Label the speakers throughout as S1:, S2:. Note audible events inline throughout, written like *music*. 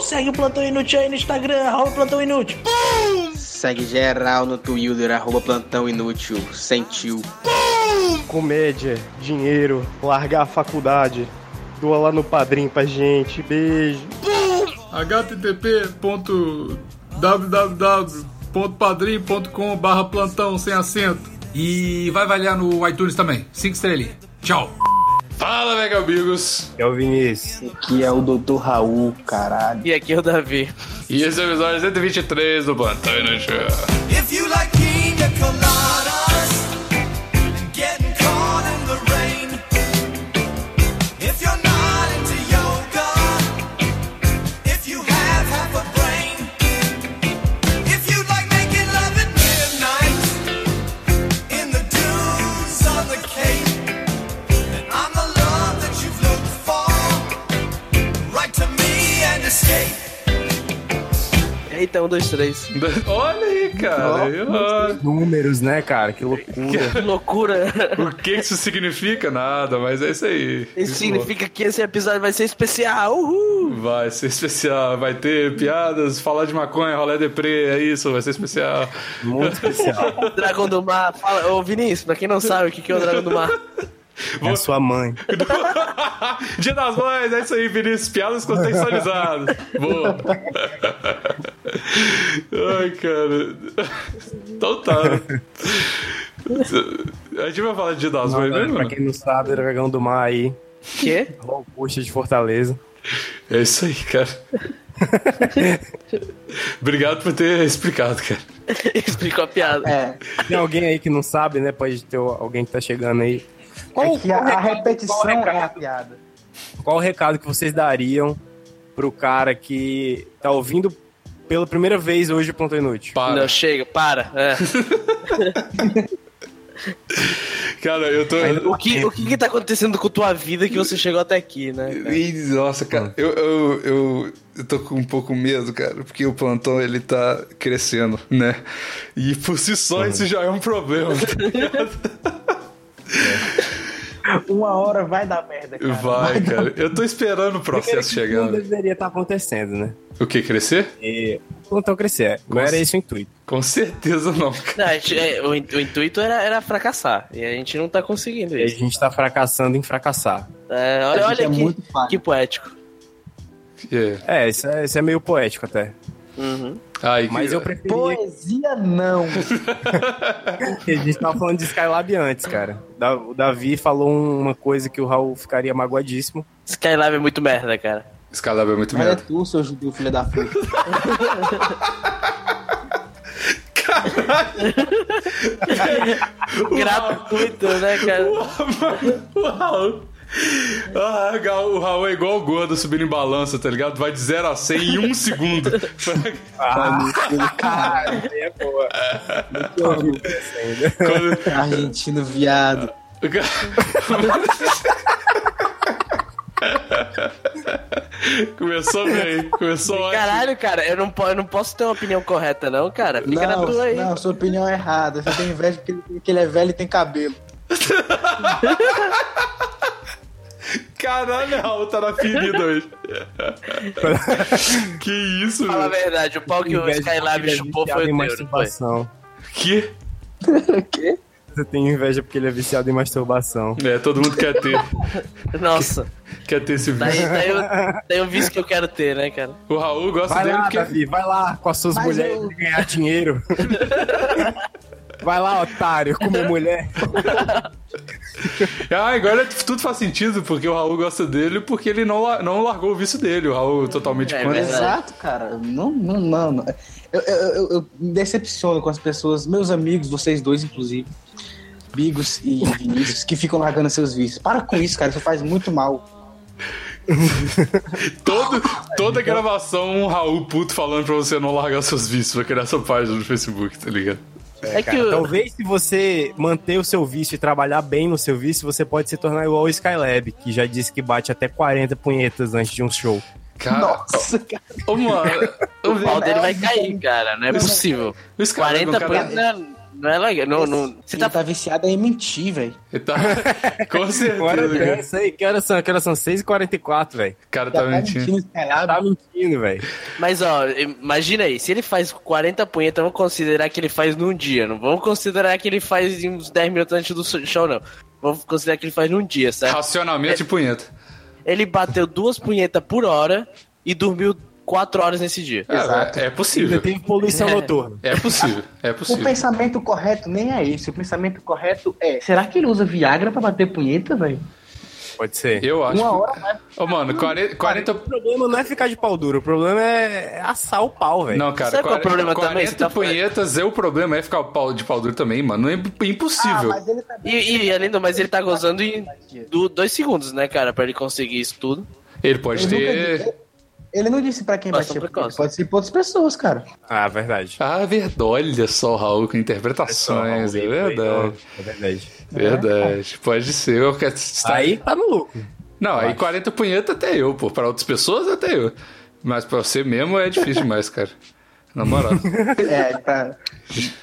S1: Segue o Plantão Inútil aí no Instagram, arroba Plantão Inútil. Bum!
S2: Segue geral no Twitter, arroba Plantão Inútil. Sentiu.
S3: Bum! Comédia, dinheiro, largar a faculdade. Doa lá no padrinho pra gente. Beijo.
S4: http.www.padrim.com barra plantão sem acento. E vai avaliar no iTunes também. Cinco estrelinhas. Tchau.
S5: Fala, Mega Amigos!
S3: É o Vinícius.
S2: Aqui é o Dr. Raul, caralho.
S6: E aqui é o Davi.
S5: E esse é o episódio 123 do Plantão Inútil.
S7: If you like pina coladas and getting caught in the rain, if you're not into yoga, if you have half a brain, if you like making love at midnight in the dunes on the cape, then I'm the love that you've looked for. Write to me and escape.
S6: Eita, um, dois,
S2: *laughs*
S6: três.
S5: *laughs* Olha aí, cara.
S3: Números, né, cara? Que loucura.
S6: Que loucura.
S5: O que isso significa? Nada, mas é isso aí.
S6: Isso significa que esse episódio vai ser especial. Uhul.
S5: Vai ser especial, vai ter piadas, falar de maconha, rolé deprê, é isso, vai ser especial.
S3: Muito especial.
S6: Dragão do Mar. Fala, ô Vinícius, pra quem não sabe o que que é o Dragão do
S2: *laughs*
S6: Mar.
S3: É sua mãe.
S5: Dia das Mães, é isso aí, Vinícius. Piadas contextualizadas. Boa. Ai, cara. Então tá. A gente vai falar de Dia das Mães
S3: Pra
S5: mesmo?
S3: pra quem não sabe, Dragão do Mar aí.
S6: Quê?
S3: Rua Augusta de Fortaleza.
S5: É isso
S3: *laughs*
S5: aí, cara. Obrigado por ter explicado, cara.
S6: Explicou a piada.
S2: É,
S3: Tem alguém aí que não sabe, né? Pode ter alguém que tá chegando aí. Qual,
S2: é que a,
S3: qual o
S2: a
S3: recado-
S2: repetição
S3: qual o
S2: é a
S3: recado-
S2: piada.
S3: Qual o recado que vocês dariam pro cara que tá ouvindo pela primeira vez hoje o Plantão Inútil?
S5: Para.
S6: Não, chega, para. É.
S5: Cara, eu tô.
S6: O, que, o que que tá acontecendo com tua vida que você chegou até aqui, né? cara?
S3: É.
S5: Ih, Nossa, cara, eu, eu, eu, eu tô com um pouco medo, cara, porque o plantão ele tá crescendo, né? E por si só isso já é um
S3: *laughs*
S5: problema.
S1: É. Uma hora vai dar merda, cara.
S5: Vai, cara. Eu tô esperando o
S3: Primeiro
S5: processo
S3: que Não
S5: chegando.
S3: deveria estar acontecendo, né?
S5: O que? Crescer?
S3: E o plantão crescer. Não era esse o intuito.
S5: Com certeza não, *laughs* cara.
S6: Não, a gente- é, o, in- o intuito era, era fracassar. E a gente não tá conseguindo
S3: E a
S6: isso.
S3: gente tá fracassando em fracassar.
S6: É, olha
S2: A gente
S6: olha
S2: é
S6: que,
S2: muito falho.
S6: que poético.
S5: É.
S3: É, isso é, isso é meio poético até.
S6: Uhum.
S5: Ai,
S3: Mas
S5: que-
S3: eu preferia
S2: Poesia não.
S3: que a gente tava falando de Skylab antes, cara. Da- O Davi falou um- uma coisa que o Raul ficaria magoadíssimo.
S6: Skylab é muito merda,
S2: *laughs*
S6: cara.
S5: Skylab é muito
S2: Mas é
S5: merda. *laughs*
S2: tu, seu judeu, filho da puta.
S6: Gratuito, né, cara?
S5: Uau! Ah, Ga- o Raul é igual o gordo subindo em balança, tá ligado? Vai de 0 a 100 em
S1: *laughs*
S5: um segundo.
S6: Ah,
S3: Caralho, é boa. Muito horrível essa ainda.
S5: Quando-
S2: Argentino viado.
S5: começou bem, começou ótimo.
S6: Caralho, cara, eu não, po- eu não posso ter uma opinião correta, não, cara. Fica na
S2: Não,
S6: tua aí.
S2: não, sua opinião é errada. Você tem inveja porque ele, porque ele é velho e tem cabelo.
S5: Caralho, Raul tá na ferida hoje. que isso,
S6: Fala a
S5: velho?
S6: verdade, o pau É que o
S3: Inveja-
S6: Skylab
S3: inveja
S6: chupou
S3: viciada
S6: foi
S3: em
S6: o teu, não foi?
S3: masturbação.
S5: Que?
S3: Você tem inveja porque ele é viciado em masturbação.
S5: É, todo mundo quer ter.
S6: Nossa,
S5: quer ter esse
S6: daí,
S5: *laughs* vício.
S6: daí, eu, daí eu vi isso que eu quero ter, né, cara?
S5: O Raul gosta
S3: Vai
S5: dele
S3: lá,
S5: porque.
S3: Davi, vai lá com as suas
S2: Mas
S3: mulheres
S2: eu-
S3: pra ganhar dinheiro. vai lá, otário, comer mulher.
S5: Ah, agora tudo faz sentido, porque o Raul gosta dele porque ele não, la- não largou o vício dele. O Raul totalmente
S6: É
S5: contra.
S6: verdade.
S2: Exato, cara. Não, não, não. não. Eu, eu- eu- eu me decepciono com as pessoas, meus amigos, vocês dois, inclusive, Bigos e Vinícius, que ficam largando seus vícios. Para com isso, cara. Isso faz muito mal.
S5: Todo, toda gravação, um Raul puto falando pra você não largar seus vícios, vai criar essa página no Facebook, tá ligado?
S6: É, que
S3: Cara,
S6: o-
S3: Talvez se você manter o seu vício e trabalhar bem no seu vício, você pode se tornar igual o Skylab, que já disse que bate até 40 punhetas antes de um show.
S5: Cara,
S2: Nossa, cara.
S5: ô, mano, ô,
S6: o pau
S5: velho,
S6: dele vai cair, cara. Não é possível.
S5: esse cara é um
S6: 40
S5: cara-
S6: punhos não é- Não é legal. Não, não. Você
S2: Ele
S6: tá
S2: tá viciado em mentir, velho.
S5: Ele tá... Com
S3: Que horas
S5: certeza,
S3: é
S5: cara.
S3: essa aí? Que horas são? Que horas são? 6h44, velho.
S5: O cara tá mentindo.
S3: Tá mentindo, velho.
S6: Mas ó, imagina aí, se ele faz 40 punhetas, vamos considerar que ele faz num dia, não vamos considerar que ele faz em uns 10 minutos antes do show, não. Vamos considerar que ele faz num dia, certo? É.
S5: Racionalmente e punheta.
S6: Ele bateu duas punhetas por hora e dormiu 4 horas nesse dia.
S5: É, é
S3: Ainda
S5: possível.
S3: teve poluição noturna.
S5: É possível. É
S2: O
S5: possível.
S2: pensamento correto nem é esse. O pensamento correto é: será que ele usa Viagra pra bater punheta, velho?
S3: Pode ser.
S5: Eu acho.
S2: Uma
S5: Ô,
S2: hora né? vai.
S5: mano, 40.
S3: O problema não é ficar de pau duro, o problema é assar o pau, velho.
S5: Não, cara,
S6: Sabe qual é o
S5: 40,
S6: problema também?
S5: 40
S6: Você tá-
S5: punhetas é o problema, é ficar o pau de pau duro também, mano. É imp- impossível.
S2: ele tá
S6: E, e, além do mais, ele tá gozando em do, dois segundos, né, cara, pra ele conseguir isso tudo.
S5: Ele pode
S2: Ele nunca
S5: ter.
S2: disse- Ele não disse pra quem vai
S6: Mas
S2: ser.
S6: são precoces.
S2: Pode ser pra outras pessoas, cara.
S3: Ah, verdade.
S5: Ah, verdade. Olha só o Raul com interpretações. É, verdade.
S3: É verdade.
S5: Verdade. Pode ser. Eu quero estar...
S3: Aí tá no lucro.
S5: Não, aí 40 punheta até eu, pô. Pra outras pessoas até eu. Mas pra você mesmo é difícil demais, cara. Na
S2: *laughs*
S5: moral.
S2: É, pra,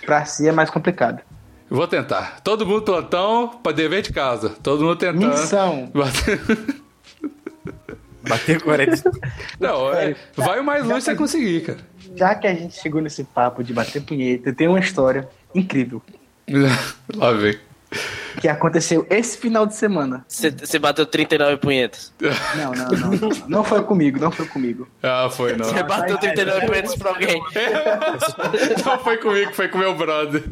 S2: pra si é mais complicado.
S5: Eu Vou tentar. Todo mundo plantão pra dever de casa. Todo mundo tentando.
S2: Missão.
S3: Bater *laughs* 40.
S5: *laughs* Não, é- vai o mais longe
S2: tá-
S5: você conseguir, cara. *laughs*
S2: Já que a gente chegou nesse papo de bater punheta, tem uma história incrível
S5: Lá vem.
S2: que aconteceu esse final de semana.
S6: Você- Você bateu 39 punhetas.
S2: Não, não, não. Não, não foi comigo, não foi comigo.
S5: Ah, foi
S2: *laughs*
S5: não.
S6: Você bateu 39 punhetas pra alguém.
S5: Não foi comigo, foi com meu brother.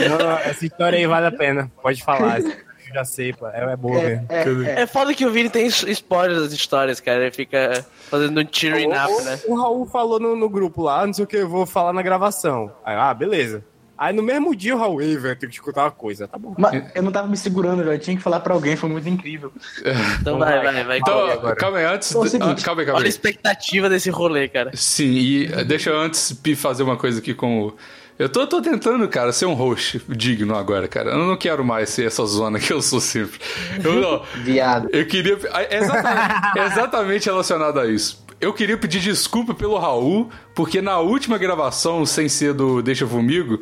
S3: Não, não, essa história aí vale a pena. Pode falar. essa eu Já sei, pô. É, é boa mesmo.
S2: É, é.
S6: É foda que o Vini tem spoilers das histórias, cara. Ele fica fazendo um tearing up, né?
S3: O Raul falou no, no grupo lá, não sei o que, eu vou falar na gravação. Aí, ah, beleza. Aí no mesmo dia o Raul, ei, velho, tem que te contar uma coisa. Tá bom.
S2: Mas eu não tava me segurando, velho. Eu tinha que falar pra alguém, foi muito incrível.
S6: Então vai, vai, vai.
S5: Então,
S6: Olha agora.
S5: calma aí, antes.
S2: Então, é o
S5: ah,
S2: seguinte.
S5: calma aí, calma
S6: Olha a
S5: aí.
S6: expectativa desse rolê, cara.
S5: Sim, e eh, deixa eu antes pi, fazer uma coisa aqui com o. Eu tô, tô tentando, cara, ser um host digno agora, cara. Eu não quero mais ser essa zona que eu sou sempre. Eu, não,
S2: Viado.
S5: eu queria. ah, Exatamente, exatamente relacionado a isso. Eu queria pedir desculpa pelo Raul, porque na última gravação, sem ser do Deixa Comigo,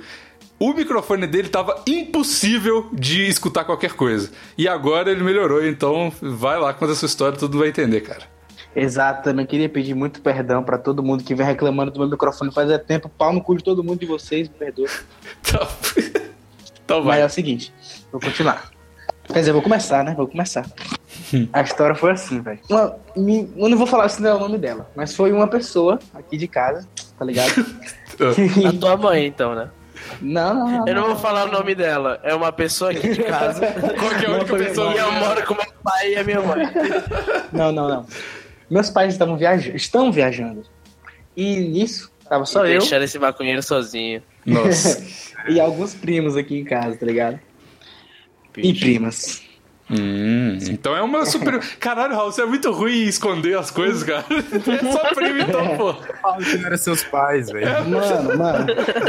S5: o microfone dele tava impossível de escutar qualquer coisa. E agora ele melhorou, então vai lá, conta a sua história, todo mundo vai entender, cara. *laughs*
S2: Exato, também queria pedir muito perdão pra todo mundo que vem reclamando do meu microfone faz é tempo. Pau no cu de todo mundo de vocês, me perdoa.
S5: Tá. Então
S2: Mas
S5: vai.
S2: é o seguinte, vou continuar. Quer dizer, eu vou começar, né? Vou começar. A história foi assim, velho. Uma- me- Eu não vou falar se não é o nome dela, mas foi uma pessoa aqui de casa, tá ligado?
S6: A
S2: Que-
S6: tua mãe, então, né?
S2: não, não, não.
S6: Eu não vou falar o nome dela. É uma pessoa aqui de casa.
S5: Qual que é a única
S6: *laughs*
S5: pessoa
S6: e
S5: que
S6: eu moro com meu pai e a minha mãe.
S2: *laughs* Não, não, não. Meus pais estavam viajando, estão viajando. E nisso, tava só
S6: e
S2: eu
S6: Deixar esse maconheiro sozinho.
S5: Nossa.
S2: e alguns primos aqui em casa, tá ligado? E primas.
S5: Hum, então é *laughs* uma super. Caralho, Raul, você é muito ruim em esconder as coisas, cara. É só primo, então, pô.
S3: Fala que não era seus pais,
S2: *laughs*
S3: velho.
S2: Mano, mano.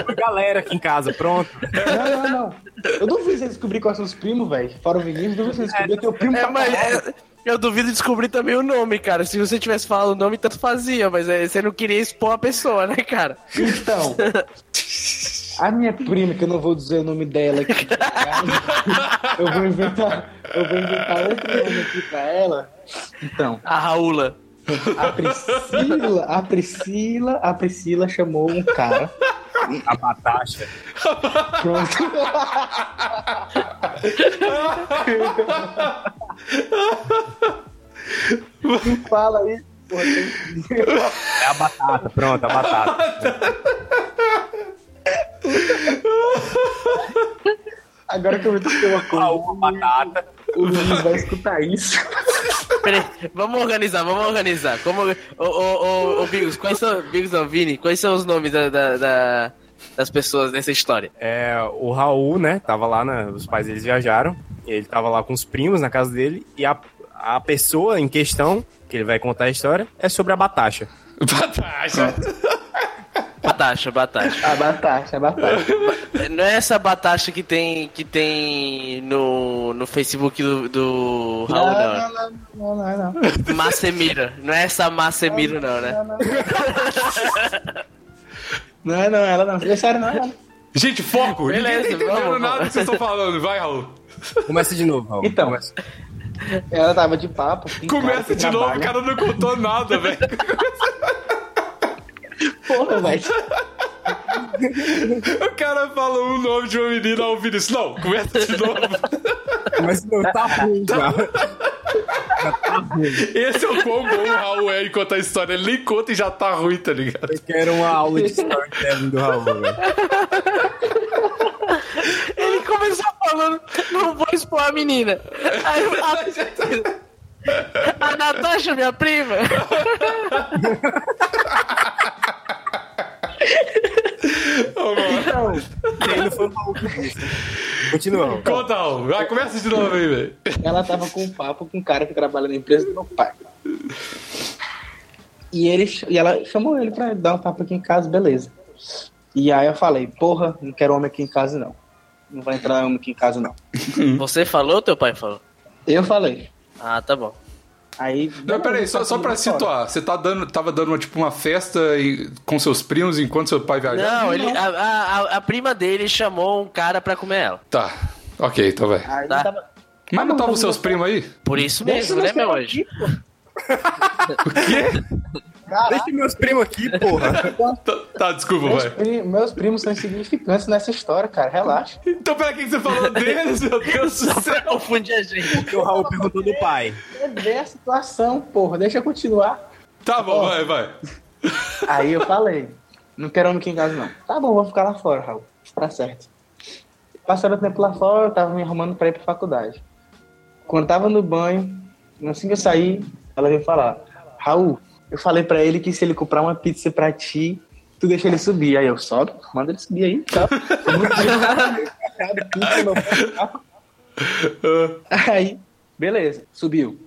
S3: Uma galera aqui em casa, pronto.
S2: Não, não, não. Eu duvido você descobrir quais são os primos, velho. Fora o Vinícius, duvido você descobrir que o primo
S6: É,
S2: tá
S6: mas
S2: caralho.
S6: é, eu duvido descobrir também o nome, cara. Se você tivesse falado o nome, tanto fazia, mas é, você não queria expor a pessoa, né, cara?
S2: Então, a minha prima, que eu não vou dizer o nome dela aqui, tá eu vou inventar, eu vou inventar outro nome aqui pra ela. Então,
S6: A Raula.
S2: a Priscila, a Priscila, a Priscila chamou um cara.
S3: A Batasha.
S2: Pronto. Fala aí. porra, tem-
S3: É a batata, pronto, a batata.
S2: Agora que eu vou te dizer uma coisa.
S3: Raul, a Ah, batata.
S2: O Luiz vai escutar isso.
S6: Peraí, vamos organizar, vamos organizar. Como, ô, ô, ô, ô, Bigos, quais são, Bigos não, Vini, quais são os nomes da- da- da- das pessoas nessa história?
S3: É, o Raul, né, tava lá, na, os pais deles viajaram, ele tava lá com os primos na casa dele, e a, a pessoa em questão, que ele vai contar a história, é sobre a Batasha.
S5: Batata.
S6: Batacha, Batacha.
S2: A batata, a batata.
S6: Não é essa batacha que tem, que tem no, no Facebook do, do Raul, não.
S2: Não, não, não, não, não.
S6: Macemira. Não é essa Macemira, não, né?
S2: Não é não, ela não. É sério, não é ela.
S5: Gente, foco!
S6: Beleza,
S5: Ninguém tá entendendo
S6: vamos,
S5: nada
S6: vamos.
S5: do que vocês estão falando. Vai, Raul.
S3: Começa de novo, Raul.
S2: Então.
S3: Começa.
S2: Ela tava de papo. com cara
S5: Começa
S2: que
S5: de novo, o
S2: trabalha.
S5: cara não contou nada, velho.
S2: Porra, velho.
S5: O cara fala o nome de uma menina ao Vinícius. Não, começa de novo.
S3: Começa de novo. Tá ruim, cara.
S5: Esse é o quão bom o Raul é em contar a história. Ele nem conta e já tá ruim, tá ligado?
S3: Eu quero uma aula de storytelling do Raul, velho.
S6: Ele começou falando, não vou expor a menina. Aí eu- a, a Natasha, minha prima.
S2: Então,
S3: Quem não foi o Raul que disse. Continua, Raul.
S5: Conta, Raul. Vai, começa de novo aí, velho.
S2: ela tava com um papo com um cara que trabalha na empresa do meu pai. E, ele, ch- e ela chamou ele pra dar um papo aqui em casa, beleza. E aí eu falei, porra, não quero homem aqui em casa, não. Não vai entrar homem aqui em casa, não.
S6: Você falou ou teu pai falou?
S2: Eu falei.
S6: Ah, tá bom.
S2: Aí.
S5: Não, tá peraí, só, só pra situar. Você tá dando, tava dando uma, tipo uma festa e- com seus primos enquanto seu pai viajava?
S6: Não, é- ele, a, a- a- a prima dele chamou um cara pra comer ela.
S5: Tá. Ok, então vai.
S2: Aí
S6: Tá.
S2: tava.
S5: Mas não estavam seus primos aí?
S6: Por isso mesmo,
S2: Deixa
S6: né,
S2: meus
S6: meu
S2: caras
S6: anjo?
S2: aqui, pô.
S3: Deixa meus primos aqui, porra.
S5: Tá, tá, desculpa,
S2: Meus,
S5: vai.
S2: pri- meus primos são insignificantes nessa história, cara.
S5: *laughs*
S2: Relaxa.
S5: Então, pera que você falou deles, meu Deus do céu.
S6: Confunde a gente.
S3: Porque o Raul perguntou do pai.
S2: É a situação, porra. Deixa eu continuar.
S5: Tá bom, vai, vai.
S2: Aí eu falei, não quero homem aqui em casa, não. Tá bom, vou ficar lá fora, Raul. Tá certo. Passaram o tempo lá fora, eu tava me arrumando pra ir pra faculdade. Quando tava no banho, assim que eu saí, ela veio falar, Raul, eu falei pra ele que se ele comprar uma pizza pra ti, tu deixa ele subir. Aí eu, sobe, manda ele subir aí, tá? *laughs* Eu não tinha nada, nada, pizza, não. Aí, beleza, subiu.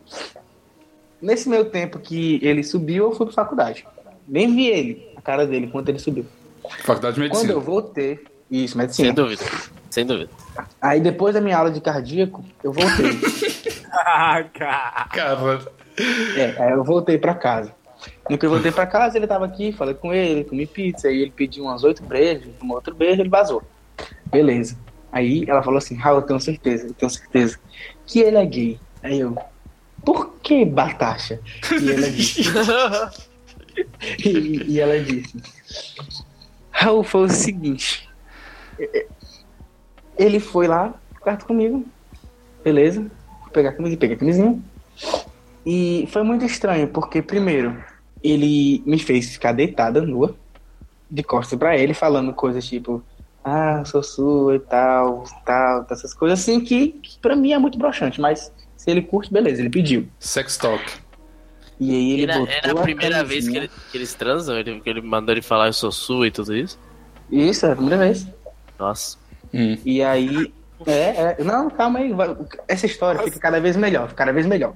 S2: Nesse meu tempo que ele subiu, eu fui pra faculdade. Nem vi ele, a cara dele, quando ele subiu.
S5: Faculdade de
S2: Quando eu
S5: Medicina.
S2: voltei. Isso,
S6: Sem
S2: medicina.
S6: dúvida. Sem dúvida.
S2: Aí depois da minha aula de cardíaco, eu voltei.
S3: Ah, cara.
S5: Cara,
S2: é, aí eu voltei pra casa. No que eu voltei pra casa, ele tava aqui, falei com ele, comi pizza, aí ele pediu umas oito brejas, um outro beijo, ele vazou. Beleza. Aí ela falou assim, Raul, eu tenho certeza, eu tenho certeza que ele é gay. Aí eu, por que Batasha? E ele é gay. E, e ela disse: Raul, foi o seguinte. Ele foi lá pro quarto comigo. Beleza. Vou pegar a camisinha, peguei a camisinha. E foi muito estranho, porque, primeiro, ele me fez ficar deitada nua, de costas pra ele, falando coisas tipo: Ah, sou sua e tal, tal, essas coisas assim, que, que pra mim é muito broxante, mas se ele curte, beleza, ele pediu.
S5: sex talk.
S2: E aí ele
S6: Era,
S2: botou.
S6: era a é né? primeira vez que,
S2: camisinha-
S6: ele- que eles transam? Ele, que ele mandou ele falar eu sou sua e tudo isso?
S2: Isso, era a primeira vez.
S6: Nossa.
S5: Hum.
S2: E aí. É, é. Não, calma aí. vai- Essa história fica cada vez melhor, fica cada vez melhor.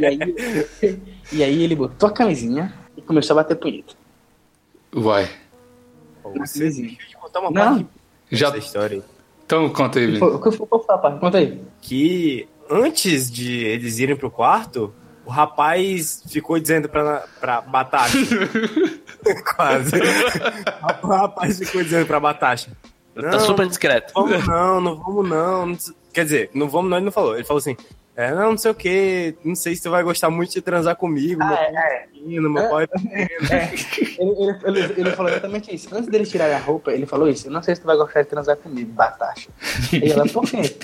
S2: E aí, *laughs* e aí ele botou a camisinha e começou a bater punheta.
S5: Uai.
S2: Na camisinha.
S3: Deixa eu te contar uma
S2: Não.
S3: parte
S5: Já.
S3: dessa história. aí.
S5: Então, conta aí, Vini.
S2: Foi- O que foi o rapaz? Conta aí.
S3: Que antes de eles irem pro quarto, o rapaz ficou dizendo pra, pra Batasha. Quase. O rapaz ficou dizendo pra Batasha.
S6: Tá
S3: "Não,
S6: super discreto.
S3: vamos não, não vamos não. não sei- Quer dizer, não vamos não, ele não falou. Ele falou assim, é, não, não sei o que, não sei se tu vai gostar muito de transar comigo, meu
S2: Ah,
S3: pai
S2: é,
S3: é pequeno, meu pai é
S2: Ele, ele- ele- ele falou exatamente isso. Antes dele tirar a roupa, ele falou isso. Eu não sei se tu vai gostar de transar comigo, Batasha. E ela, por quê?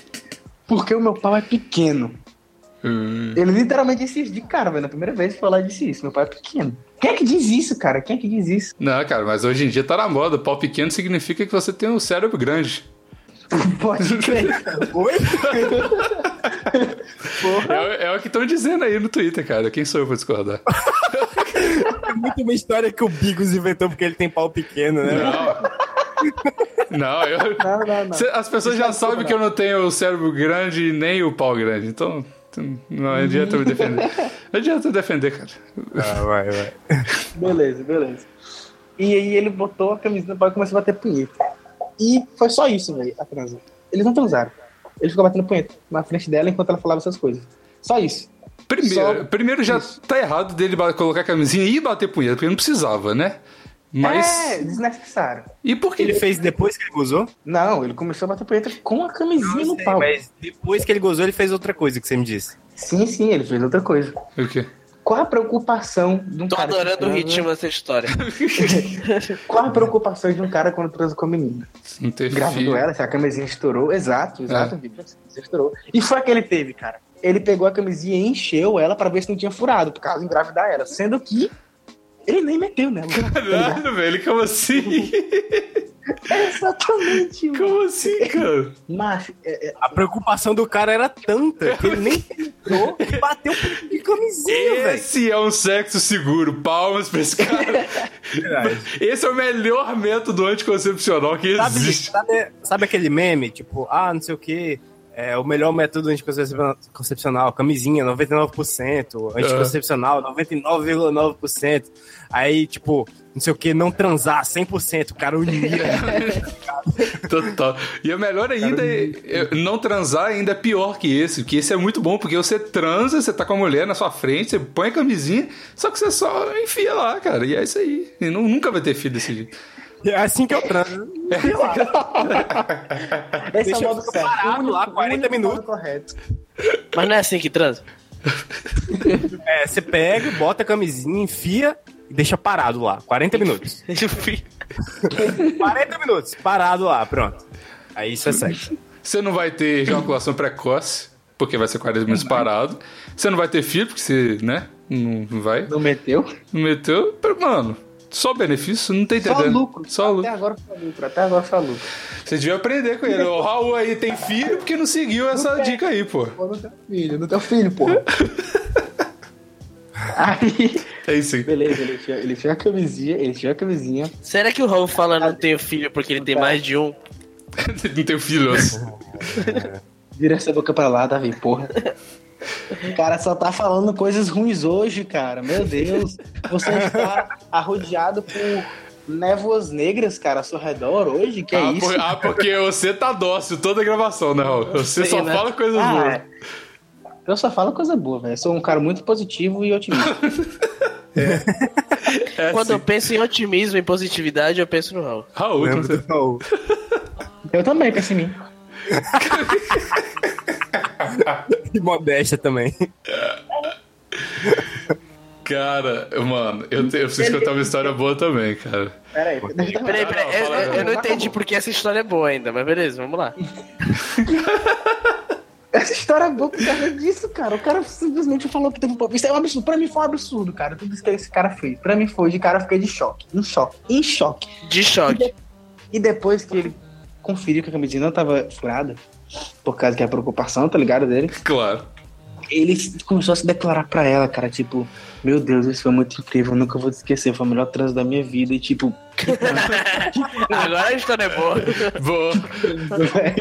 S2: Porque o meu pau é pequeno.
S5: Hum.
S2: Ele literalmente disse isso de cara, velho. Na primeira vez que foi lá e disse isso. Meu pai é pequeno. Quem é que diz isso, cara? Quem é que diz isso?
S5: Não, cara, mas hoje em dia tá na moda. Pau pequeno significa que você tem um cérebro grande.
S2: Pode crer.
S3: Oi?
S5: É, o- é o que estão dizendo aí no Twitter, cara. Quem sou eu pra discordar?
S3: É muito uma história que o Bigos inventou porque ele tem pau pequeno, né?
S5: Não. Não, eu.
S2: *laughs* Não, não, não.
S5: Cê- As pessoas já sabem que eu não tenho o cérebro grande e nem o pau grande, então t- não adianta me
S2: *laughs*
S5: defender. Não adianta defender, cara.
S3: Ah, vai, vai.
S2: *laughs* Beleza, beleza. E aí ele botou a camisa no pau e começou a bater punheta. E foi só isso, velho, a transa. Eles não transaram. Ele ficou batendo punheta na frente dela enquanto ela falava essas coisas. Só isso.
S5: Primeiro,
S2: Só-
S5: primeiro já tá errado dele ba- colocar a camisinha e bater punheta, porque não precisava, né? Mas.
S2: É, desnecessário.
S5: E por que
S3: Ele fez depois que ele gozou?
S2: Não, ele começou a bater punheta com a camisinha no pau.
S3: Mas depois que ele gozou, ele fez outra coisa que você me disse.
S2: Sim, sim, ele fez outra coisa.
S5: O quê?
S2: Qual a preocupação de um
S6: Tô
S2: cara... que
S6: adorando o
S2: transa?
S6: ritmo dessa história.
S2: *laughs* Qual a preocupação de um cara quando transa com a menina?
S5: Não teve
S2: Gravando
S5: filho. *laughs*
S2: ela, se a camisinha estourou. Exato, exato. Vitor, a camisinha Estourou. E foi a que ele teve, cara. Ele pegou a camisinha e encheu ela pra ver se não tinha furado, por causa de engravidar ela. Sendo que ele nem meteu nela. tá ligado?
S5: Caralho, velho, como assim?
S2: *laughs* Exatamente, mano.
S5: Como assim, cara?
S2: Mas, é, é,
S3: A preocupação do cara era tanta que ele nem penetrou e bateu de camisinha, velho.
S5: *laughs* Esse é um sexo seguro. Palmas pra esse
S2: *laughs*
S5: cara. Esse é o melhor método anticoncepcional que
S3: Sabe,
S5: existe.
S3: sabe, sabe aquele meme? Tipo, ah, não sei o que. É o melhor método anticoncepcional, camisinha 99%, anticoncepcional 99,9%. Aí, tipo, não sei o que, não transar 100%, o cara unia.
S5: Total. E o melhor ainda é é, não transar ainda é pior que esse, porque esse é muito bom, porque você transa, você tá com a mulher na sua frente, você põe a camisinha, só que você só enfia lá, cara. E é isso aí. E nu- nunca vai ter filho desse jeito.
S3: E é assim que eu transo.
S2: esse é
S3: Deixa
S2: o
S3: eu
S2: modo
S3: ficar
S2: certo.
S3: parado
S2: O único-
S3: lá, 40
S2: o único modo
S3: minutos.
S2: Correto.
S6: Mas não é assim que *laughs* transa.
S3: É, você pega, bota a camisinha, enfia e deixa parado lá, 40 minutos. 40 minutos, parado lá, pronto. Aí isso é sexo.
S5: Você não vai ter ejaculação precoce, porque vai ser 40 minutos parado. Você não vai ter filho, porque você, né? Não vai.
S2: Não meteu?
S5: Não meteu. Pero, Mano, só benefício, não tem
S2: Tá Só
S5: entendendo.
S2: lucro.
S5: Só lucro.
S2: Até agora foi lucro. Até agora foi lucro.
S5: Você devia aprender com ele. O Raul aí tem filho porque não seguiu essa dica aí, pô.
S2: Pô, não tem filho, não tem filho, porra. *laughs* Aí,
S5: É isso aí. *laughs*
S2: beleza, ele tinha, ele tinha a camisinha, ele tinha a camisinha.
S6: Será que o Raul fala não tenho filho porque ele tem mais de um?
S5: não tem assim. filhos.
S2: Vira essa boca pra lá, Davi, porra. O cara só tá falando coisas ruins hoje, cara. Meu Deus. Você está arrodeado por névoas negras, cara, ao seu redor hoje? Que é
S5: ah,
S2: isso?
S5: por- ah, porque você tá dócil toda a gravação, né, Raul? Você
S6: sei,
S5: só
S6: né?
S5: fala coisas
S2: Ah,
S5: boas.
S2: é. Eu só falo coisa boa, velho. Eu Sou um cara muito positivo e otimista.
S5: É
S6: Quando eu
S5: assim.
S6: penso em otimismo e positividade, eu penso no Raul.
S5: Raul,
S3: Lembra
S5: você...
S3: do Raul?
S2: Eu também penso em mim.
S3: E modéstia também.
S5: cara, mano, eu, te- eu preciso contar uma história boa também, cara. *laughs*
S2: Pera aí. deixa eu terminar.
S6: Peraí,
S5: não,
S6: peraí, eu,
S5: fala aí,
S6: eu
S5: Raul.
S6: não entendi porque essa história é boa ainda, mas beleza, vamos lá.
S2: Essa história é boa por causa disso, cara. O cara simplesmente falou que teve um pop. Isso é um absurdo. Pra mim foi um absurdo, cara. Tudo isso que esse cara fez. Pra mim foi de cara, eu fiquei de choque. Em choque. Em choque.
S6: De choque.
S2: E depois que ele conferiu que a camisinha não tava furada, por causa que é a preocupação, tá ligado? Dele,
S5: Claro.
S2: ele começou a se declarar pra ela, cara. Tipo, meu Deus, isso foi muito incrível. eu Nunca vou te esquecer. Foi o melhor transe da minha vida. E tipo,
S6: Agora a história é boa.
S5: Boa.
S2: Véi,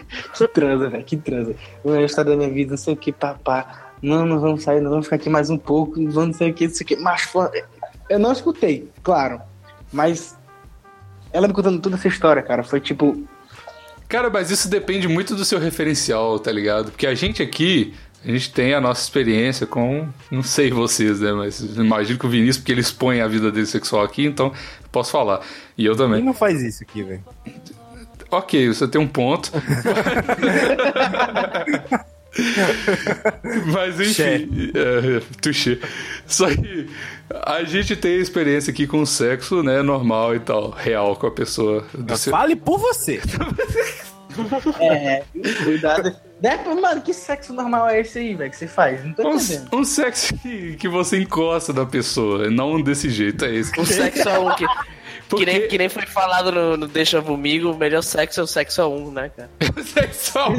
S2: *laughs* que transa, velho, que transa. O melhor estado da minha vida, não sei o que, papá. Não, não vamos sair, não vamos ficar aqui mais um pouco, não vamos não sei o que, não sei o que. Mas foi- eu não escutei, claro. Mas ela me contando toda essa história, cara. Foi tipo,
S5: Cara, mas isso depende muito do seu referencial, tá ligado? Porque a gente aqui, a gente tem a nossa experiência com. Não sei vocês, né? Mas imagino que o Vinícius, porque ele expõe a vida dele sexual aqui, então posso falar. E eu também.
S3: Quem não faz isso aqui, velho?
S5: Ok, você tem um ponto. Mas enfim, é, touché. Só que a gente tem experiência aqui com sexo, né? Normal e tal, real com a pessoa. Do seu...
S3: Fale por você.
S2: *laughs* é, cuidado. Né, pô, Mano, que sexo normal é esse aí, velho, que você faz? Não tô entendendo.
S5: Um, um sexo que, que você encosta da pessoa, não desse jeito, é esse.
S6: O sexo a um que,
S5: Porque
S6: que, nem, que nem foi falado no, no Deixa Comigo, o melhor sexo é o sexo a um, né, cara?
S5: o sexo a *laughs* um-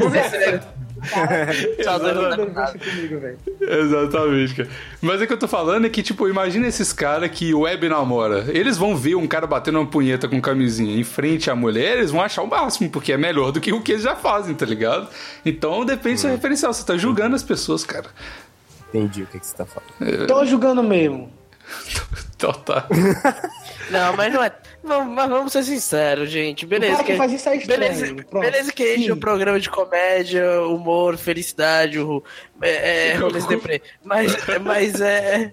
S6: Só dois não dá pra nada.
S2: Deixa comigo, velho.
S5: Exatamente, cara. Mas o que eu tô falando é que, tipo, imagina esses caras que web namora. Eles vão ver um cara batendo uma punheta com camisinha em frente à mulher, eles vão achar o máximo, porque é melhor do que o que eles já fazem, tá ligado? Então depende do seu referencial. Você tá julgando as pessoas, cara. *laughs*
S3: Entendi o que, que você tá falando.
S2: Tô julgando mesmo.
S5: Então tá.
S6: Não, mas não é. Vamos, mas vamos ser sinceros, gente.
S2: o
S6: Beleza.
S2: cara que,
S6: Que
S2: faz isso é estranho.
S6: Beleza,
S2: Pronto.
S6: beleza que este é um
S2: Sim.
S6: programa de comédia, humor, felicidade, o, é, é, rolês deprê. Mas, mas é.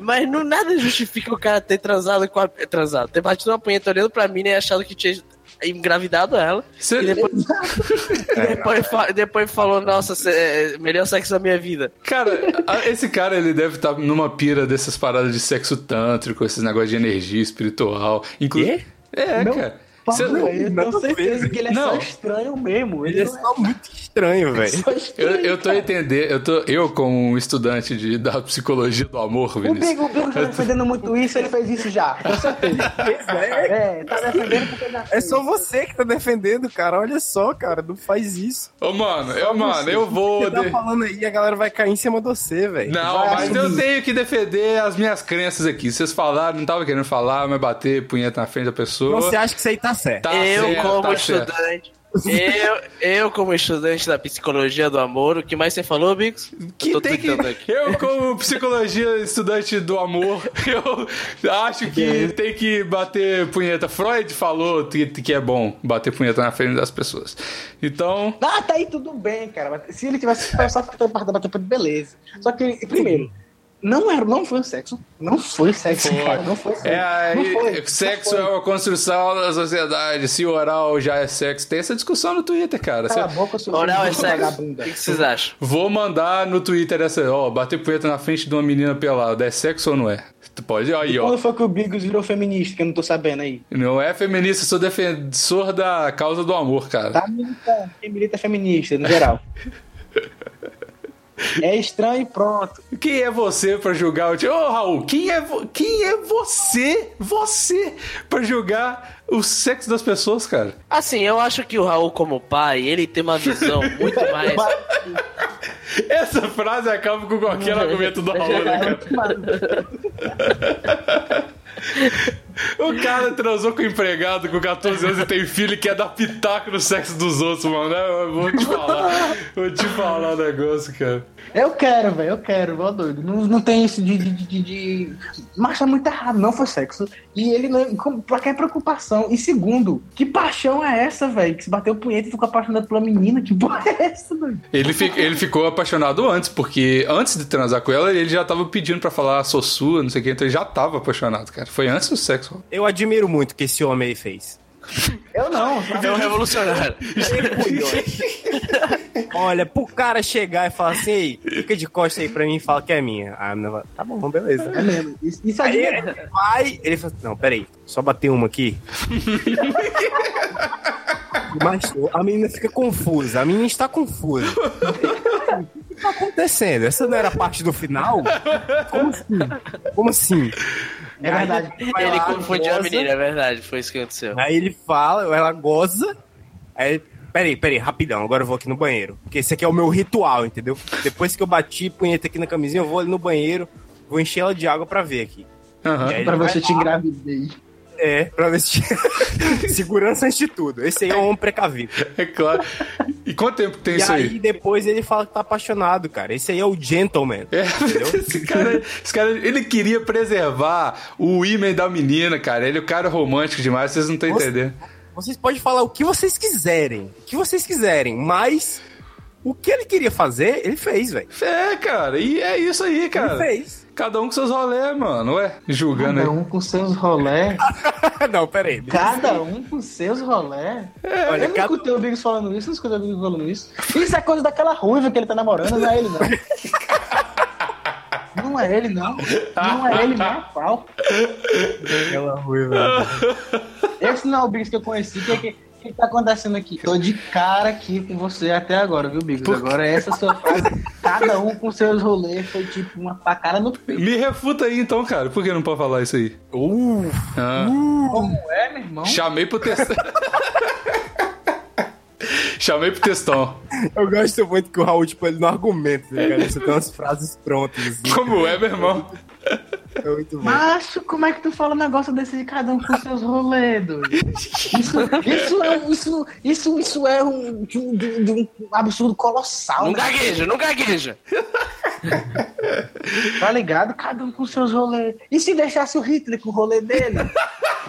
S6: Mas não nada justifica o cara ter transado com a. Transado, ter batido uma punheta olhando pra mina e achado que tinha engravidado ela.
S5: Você-
S6: E depois, depois, fa- depois falou, nossa, cê- é, melhor sexo da minha vida.
S5: Cara, a- esse cara ele deve estar numa pira dessas paradas de sexo tântrico, esses negócios de energia espiritual. Inclu...
S3: Quê?
S5: É,
S2: Não.
S5: cara. Cê-
S2: Paulo, eu
S3: nada a
S2: tenho
S3: ver,
S2: certeza
S3: velho.
S2: que ele é
S5: Não.
S2: só estranho mesmo. Ele,
S3: Ele é
S2: não
S3: só muito estranho, velho.
S2: só estranho.
S5: eu, eu tô entendendo, eu, tô, eu como um estudante de, da psicologia do amor,
S2: O
S5: Vinícius.
S2: Bigo, o Bigo
S3: é
S2: tá defendendo muito isso, ele fez isso
S3: *laughs*
S2: já. Com certeza. É, tá defendendo porque já
S3: É
S2: fez.
S3: só você que tá defendendo, cara. Olha só, cara, não faz isso.
S5: Ô, mano, eu, mano, eu vou.
S3: Você tá
S5: de-
S3: falando aí, a galera vai cair em cima de você, velho.
S5: Não,
S2: Vai
S5: mas eu
S2: assumir.
S5: tenho que defender as minhas crenças aqui. Vocês falaram, não tava querendo falar, mas bater punheta na frente da pessoa.
S3: Então Você acha que isso aí tá certo?
S5: Tá
S6: é eu,
S5: certo,
S6: como
S5: tá certo.
S6: estudante. Eu, eu, como estudante da psicologia do amor, o que mais você falou, Bigos?
S5: Que
S6: eu tô
S5: tem que... *laughs*
S6: tentando aqui.
S5: Eu, como psicologia estudante do amor, *laughs* eu acho que tem que bater punheta. Freud falou que, que é bom bater punheta na frente das pessoas. Então,
S2: Ah, tá aí tudo bem, cara. Mas se ele tivesse só ficando parte da batida, beleza. Só que, primeiro, não, era, não foi um sexo. Não foi sexo, cara. Não foi sexo.
S5: é,
S2: não
S5: aí,
S2: foi,
S5: sexo
S2: não
S5: é
S2: foi.
S5: uma construção da sociedade. Se oral já é sexo, tem essa discussão no Twitter, cara.
S2: Cala a
S5: Cê-
S2: boca, seu
S6: Oral é
S2: filho,
S6: sexo. O
S2: vagabunda.
S6: que que vocês acham?
S5: Vou mandar no Twitter essa, ó, bater punheta na frente de uma menina pelada, é sexo ou não é? Tu pode, aí, ó.
S2: Quando foi que o Bigos virou feminista, que eu não tô sabendo aí?
S5: Não é feminista, sou defensor da causa do amor, cara.
S2: Tá militando. Quem milita é feminista,
S5: *laughs*
S2: no geral. é estranho e pronto.
S5: Quem é você pra julgar o time? Ô, Raul, quem é, vo- quem é você, você, pra julgar o sexo das pessoas, cara?
S6: Assim, eu acho que o Raul, como pai, ele tem uma
S5: *laughs*
S6: visão muito mais.
S5: Essa frase acaba com qualquer argumento do Raul,
S3: É,
S5: né, cara? O cara transou com o empregado com 14 anos e tem filho e quer dar pitaco no sexo dos outros, mano. É, Eu vou te falar, vou te falar o negócio, cara.
S2: Eu quero, velho, eu quero, vou doido. Não, não tem isso de, de, de, de. Mas tá muito errado, não foi sexo. E ele não. como- Pra que é preocupação? E segundo, que paixão é essa, velho? Que se bateu punheta e ficou apaixonado pela menina? Que porra é essa, doido?
S5: Ele, fi- ele ficou apaixonado antes, porque antes de transar com ela, ele já tava pedindo pra falar "Ah, sou sua, não sei o que, então ele já tava apaixonado, cara. Foi antes do sexo.
S3: Eu admiro muito o que esse homem aí fez.
S2: Eu não, sabe?
S6: É um revolucionário.
S3: Olha, pro cara chegar e falar assim, "Ei, fica de costa aí pra mim e fala que é minha. Ah, não, tá bom, beleza.
S2: É mesmo. Isso, isso
S3: Aí
S2: é
S3: ele vai, ele fala, assim, não, peraí, só bater uma
S2: *laughs*
S3: aqui. Mas a menina fica confusa, a menina está confusa. O que tá acontecendo? Essa não era parte do final? Como assim? Como assim?
S2: É verdade.
S3: Vai
S6: Ele
S3: lá,
S6: confundiu a
S3: goza.
S6: menina, é verdade. Foi isso que aconteceu.
S3: Aí ele fala, ela goza. Aí, peraí, peraí, rapidão, agora eu vou aqui no banheiro. Porque esse aqui é o meu ritual, entendeu? Depois que eu bati punheta aqui na camisinha, eu vou ali no banheiro, vou encher ela de água pra ver aqui.
S5: Aham.
S3: E aí
S2: Pra
S3: ele
S2: você
S3: vai
S2: te
S3: lá,
S2: engravidei.
S3: É, pra ver se. Segurança antes de tudo. Esse aí é um homem precavido.
S5: *laughs* É claro. E quanto tempo que tem
S3: e
S5: É isso
S3: aí,
S5: aí?
S3: depois ele fala que tá apaixonado, cara. Esse aí é o gentleman.
S5: É,
S3: Entendeu?
S5: *laughs* esse cara, esse cara, ele queria preservar o imen da menina, cara. Ele é o cara romântico demais, vocês não estão
S3: Nossa.
S5: entendendo.
S3: Vocês podem falar o que vocês quiserem. O que vocês quiserem, mas. O que ele queria fazer, ele fez, velho.
S5: É, cara, e é isso aí,
S3: Ele
S5: cara.
S3: fez. *laughs*
S5: Cada um com seus rolé, mano, ué, julgando aí.
S2: Cada um com seus rolé.
S3: não, peraí.
S2: Cada um com seus rolé.
S3: Olha,
S2: eu não
S3: cada-
S2: escutei o Biggs falando isso, não escutei o Biggs falando isso. Isso é coisa daquela ruiva que ele tá namorando, não é
S3: *laughs*
S2: ele não. Não é ele não. Não é ele, não é pau.
S3: Aquela ruiva.
S2: Esse não é o Biggs que eu conheci. O que, que, que tá acontecendo aqui? Tô de cara aqui com você até agora, viu, Biggs? Agora essa sua frase. Cada um com seus rolês foi tipo uma facada no peito.
S5: Me refuta aí então, cara. Por que não pode falar isso aí?
S3: Uh,
S5: Ah.
S2: Como é, meu irmão?
S5: Chamei pro textão. *laughs* Chamei pro textão.
S3: eu gosto muito que o Raul, tipo, ele não argumenta, tá ligado? Você tem umas frases prontas, assim.
S5: Como é, meu irmão?
S3: É muito bom.
S2: Macho, como é que tu fala um negócio desse de cada um com seus rolês, doido? Isso, isso, é, um- isso, isso, isso é um, de, um- de um- de um absurdo colossal,
S6: Não
S2: né?
S6: gagueja, não gagueja.
S2: tá ligado? Cada um com seus rolês. E se deixasse o Hitler com o rolê dele?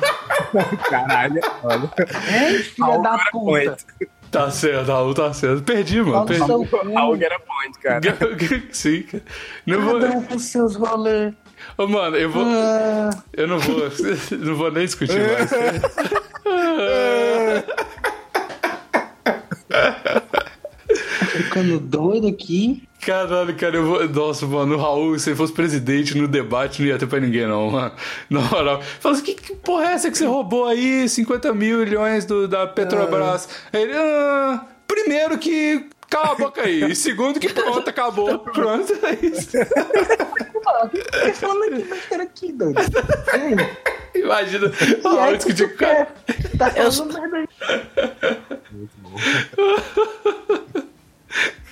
S2: *laughs*
S3: Caralho, olha.
S2: Hein, filha
S3: Raul
S2: da
S3: era
S2: puta?
S3: point.
S5: Tá certo, Raul, tá certo. Perdi, mano.
S2: Fala no
S5: Perdi.
S2: seu cu.
S5: *laughs*
S3: Raul era point, cara.
S5: Sim, cara. Não vou.
S2: Cada um com um seus rolês.
S5: Ô, mano, eu vou.
S2: Ah.
S5: Eu não vou. *laughs* Não vou nem discutir mais.
S2: Ficando doido aqui.
S5: Caralho, cara, eu vou. Nossa, mano, o Raul, se ele fosse presidente no debate, não ia ter pra ninguém, não, mano. *laughs* Na moral. Fala assim, que, que porra é essa que você roubou aí? 50 milhões do, da Petrobras. Aí Ele. "Ah, primeiro que. Cala a boca aí. E segundo que pronto, acabou. Pronto, é isso.
S2: Mano, o que você tá falando aqui, besteira aqui, doido?
S5: *laughs* Imagina. O
S2: é
S5: Raul discutir com o cara.
S2: Tá falando merda aí.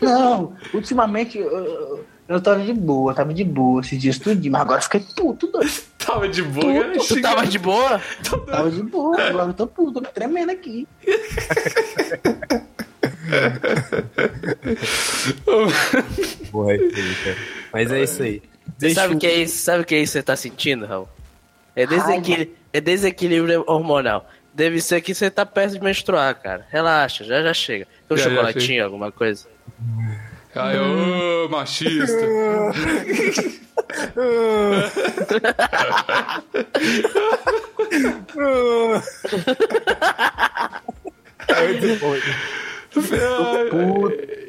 S2: Não, ultimamente eu, eu, eu tava de boa, tava de boa esses dias tudo, mas agora eu fiquei puto, doido.
S5: Tava de boa, cara.
S6: Tu tava de boa?
S2: Tava de boa, agora eu tô puto, tô tremendo aqui.
S3: Porra, é isso aí, cara. Mas é isso aí.
S6: Você sabe o que é isso? Sabe o que é isso que você tá sentindo, Raul? É, desequil... é desequilíbrio hormonal. Deve ser que você tá perto de menstruar, cara. Relaxa, já já chega. Tem um
S5: Já, já
S6: chocolatinho, alguma coisa? *laughs*
S5: Ai, ô,
S3: *laughs*
S5: machista.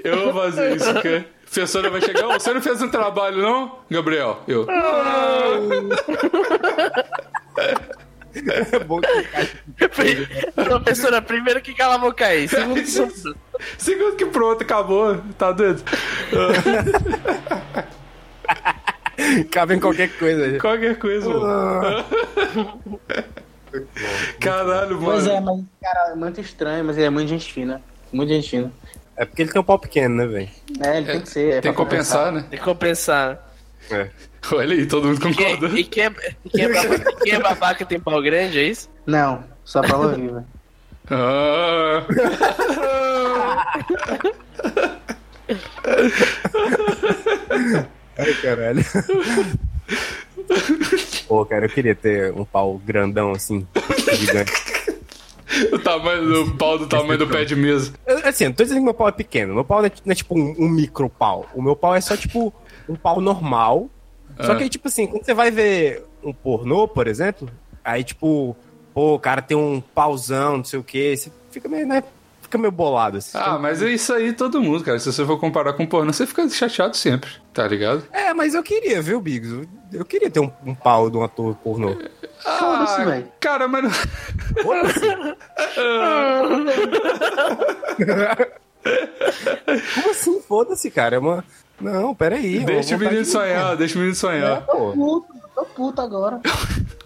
S5: Eu vou fazer isso, cara. A professora vai chegar. "Ô, você não fez um trabalho, não, Gabriel? Eu.
S3: É *laughs* bom que
S6: Professora, primeiro que cala a boca aí. Segundo que...
S5: Segundo que pronto, acabou. Tá doido? Ah,
S3: cabe em qualquer coisa.
S5: Qualquer coisa, mano. Caralho,
S2: Pois é,
S5: mano.
S2: mas cara, é muito estranho, mas ele é muito gente fina. Muito gente fina.
S3: É porque ele tem um pau pequeno, né, velho?
S2: É, ele tem que ser.
S5: Tem
S2: é pra
S5: que compensar, né?
S6: Tem que compensar.
S3: É.
S5: Olha aí, todo mundo
S6: Quem-
S5: concorda.
S6: E quem é, e quem é babaca, e quem é babaca tem pau grande, é isso?
S2: Não, só prova viva.
S5: Ah.
S3: Ai, caralho. Pô, cara, eu queria ter um pau grandão assim, gigante.
S5: O tamanho do pau do tamanho do pé de mesa.
S3: Eu- Assim, eu não tô dizendo que meu pau é pequeno. Meu pau não é, não é tipo um, um micro pau. O meu pau é só tipo um pau normal. Só
S5: Ah.
S3: que, tipo assim, quando você vai ver um pornô, por exemplo, aí tipo, pô, o cara tem um pauzão, não sei o quê, você fica meio, né? Fica meio bolado assim.
S5: Ah, mas é isso aí todo mundo, cara. Se você for comparar com pornô, você fica chateado sempre, tá ligado?
S3: É, mas eu queria, viu, Biggs? Eu- Eu queria ter um, um pau de um ator pornô.
S2: Foda-se,
S5: Ah,
S2: velho.
S5: Cara, mas... não- *laughs*
S3: Como assim? Foda-se, cara. É uma. Não, peraí. é uma
S5: Deixa o
S3: vontade
S5: menino
S3: de-
S5: sonhar, deixa o menino sonhar.
S3: Pô,
S2: Puto, tô puto agora.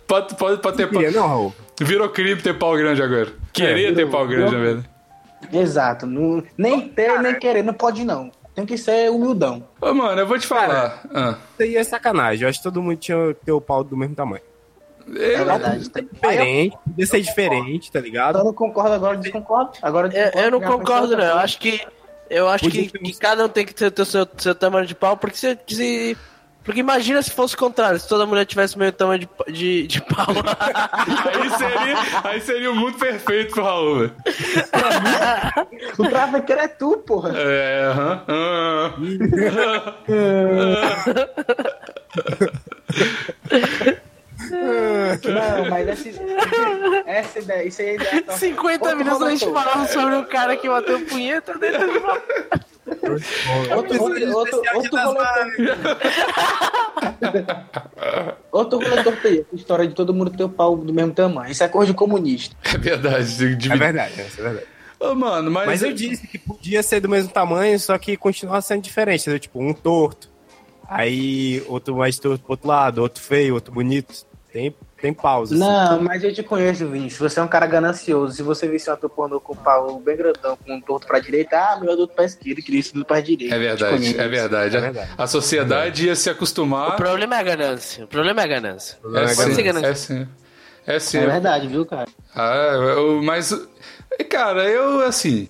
S5: Pode, pode, pode ter
S3: eu
S5: pau...
S3: queria, não, Raul.
S5: Virou crime ter pau grande agora. Queria ter pau grande, na verdade.
S2: Exato. não- nem ter, nem querer, não pode não. Tem que ser humildão.
S5: Ô, mano, eu vou te falar. Ah,
S3: Isso aí é sacanagem. Eu acho que todo mundo tinha que ter o pau do mesmo tamanho.
S5: eu-
S2: É verdade. Tem que
S3: Diferente, podia ser diferente, tá ligado?
S2: Eu não concordo agora, eu desconcordo. Agora
S6: Eu, eu não
S2: já pensei
S6: concordo,
S2: outra
S6: não. Eu
S2: coisa.
S6: acho que. Eu acho
S3: Podia
S6: que,
S5: então
S3: ter um-
S6: que cada um tem que ter o teu- seu, seu tamanho de pau, porque se, se- Porque imagina se fosse o contrário, se toda mulher tivesse o mesmo tamanho de, pa- de, de pau.
S5: *laughs* Aí seria, aí seria o mundo perfeito pro Raul, velho.
S2: O travequeiro é tu, porra.
S5: É, aham. ah.
S2: Não, mas essa, essa ideia, isso aí é ideia. Então,
S6: 50
S2: Outro
S6: minutos a gente
S2: robotou.
S6: falava sobre o cara que bateu punheta dentro do pau.
S2: Outro rolê, outro, outro rolê. Outro rolê torpeia. Essa história de todo mundo ter o pau do mesmo tamanho. Isso é coisa de comunista.
S5: É verdade. tem que
S3: É
S5: dividir.
S3: verdade, é verdade.
S5: Ô, mano, mas...
S3: Mas eu disse que podia ser do mesmo tamanho, só que continuava sendo diferente. entendeu? Tipo, um torto, aí outro mais torto pro outro lado, outro feio, outro bonito. Tem, tem pausa. assim.
S2: Não, mas eu te conheço, Vinícius. Você é um cara ganancioso. Se você visse um ator pornô com o pau bem grandão, com um torto pra direita, ah, meu adulto pra esquerda, queria isso tudo pra direita.
S5: É verdade, é verdade.
S3: É
S5: A-
S3: verdade.
S5: A sociedade ia se
S6: O
S5: acostumar.
S6: problema é a ganância. O problema é a ganância.
S5: É
S6: Pode ser
S5: sim,
S6: ganância.
S5: é sim. É sim.
S2: É verdade, viu, cara?
S5: Ah, eu- mas. Cara, eu assim.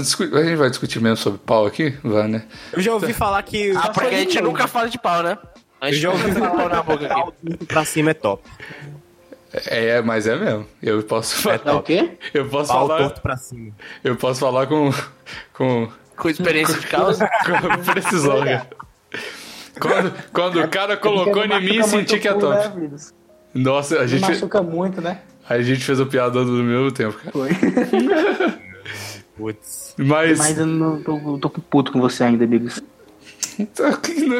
S5: discu- A gente vai discutir mesmo sobre pau aqui? Vai, né?
S3: Eu já ouvi falar que.
S6: Ah, porque a gente nunca fala de pau, né? A gente
S3: Eu já ouvi
S6: nunca fala de pau na boca aqui.
S3: que pra cima é top.
S5: É, mas é mesmo. Eu posso
S2: É
S5: falar.
S2: o quê?
S5: Eu posso
S3: Pau
S5: falar.
S3: torto pra cima.
S5: Eu posso falar com. com.
S6: Com experiência de causa.
S5: com precisão, cara. Quando, quando o cara colocou em mim, senti que é top. Nossa, a
S2: Gente...
S5: gente,
S2: né, Machuca muito, né?
S5: a gente fez a piada do mesmo tempo, cara.
S2: Foi.
S3: Putz.
S5: Mas.
S2: Mas eu não tô, eu tô puto com você ainda, Bigos.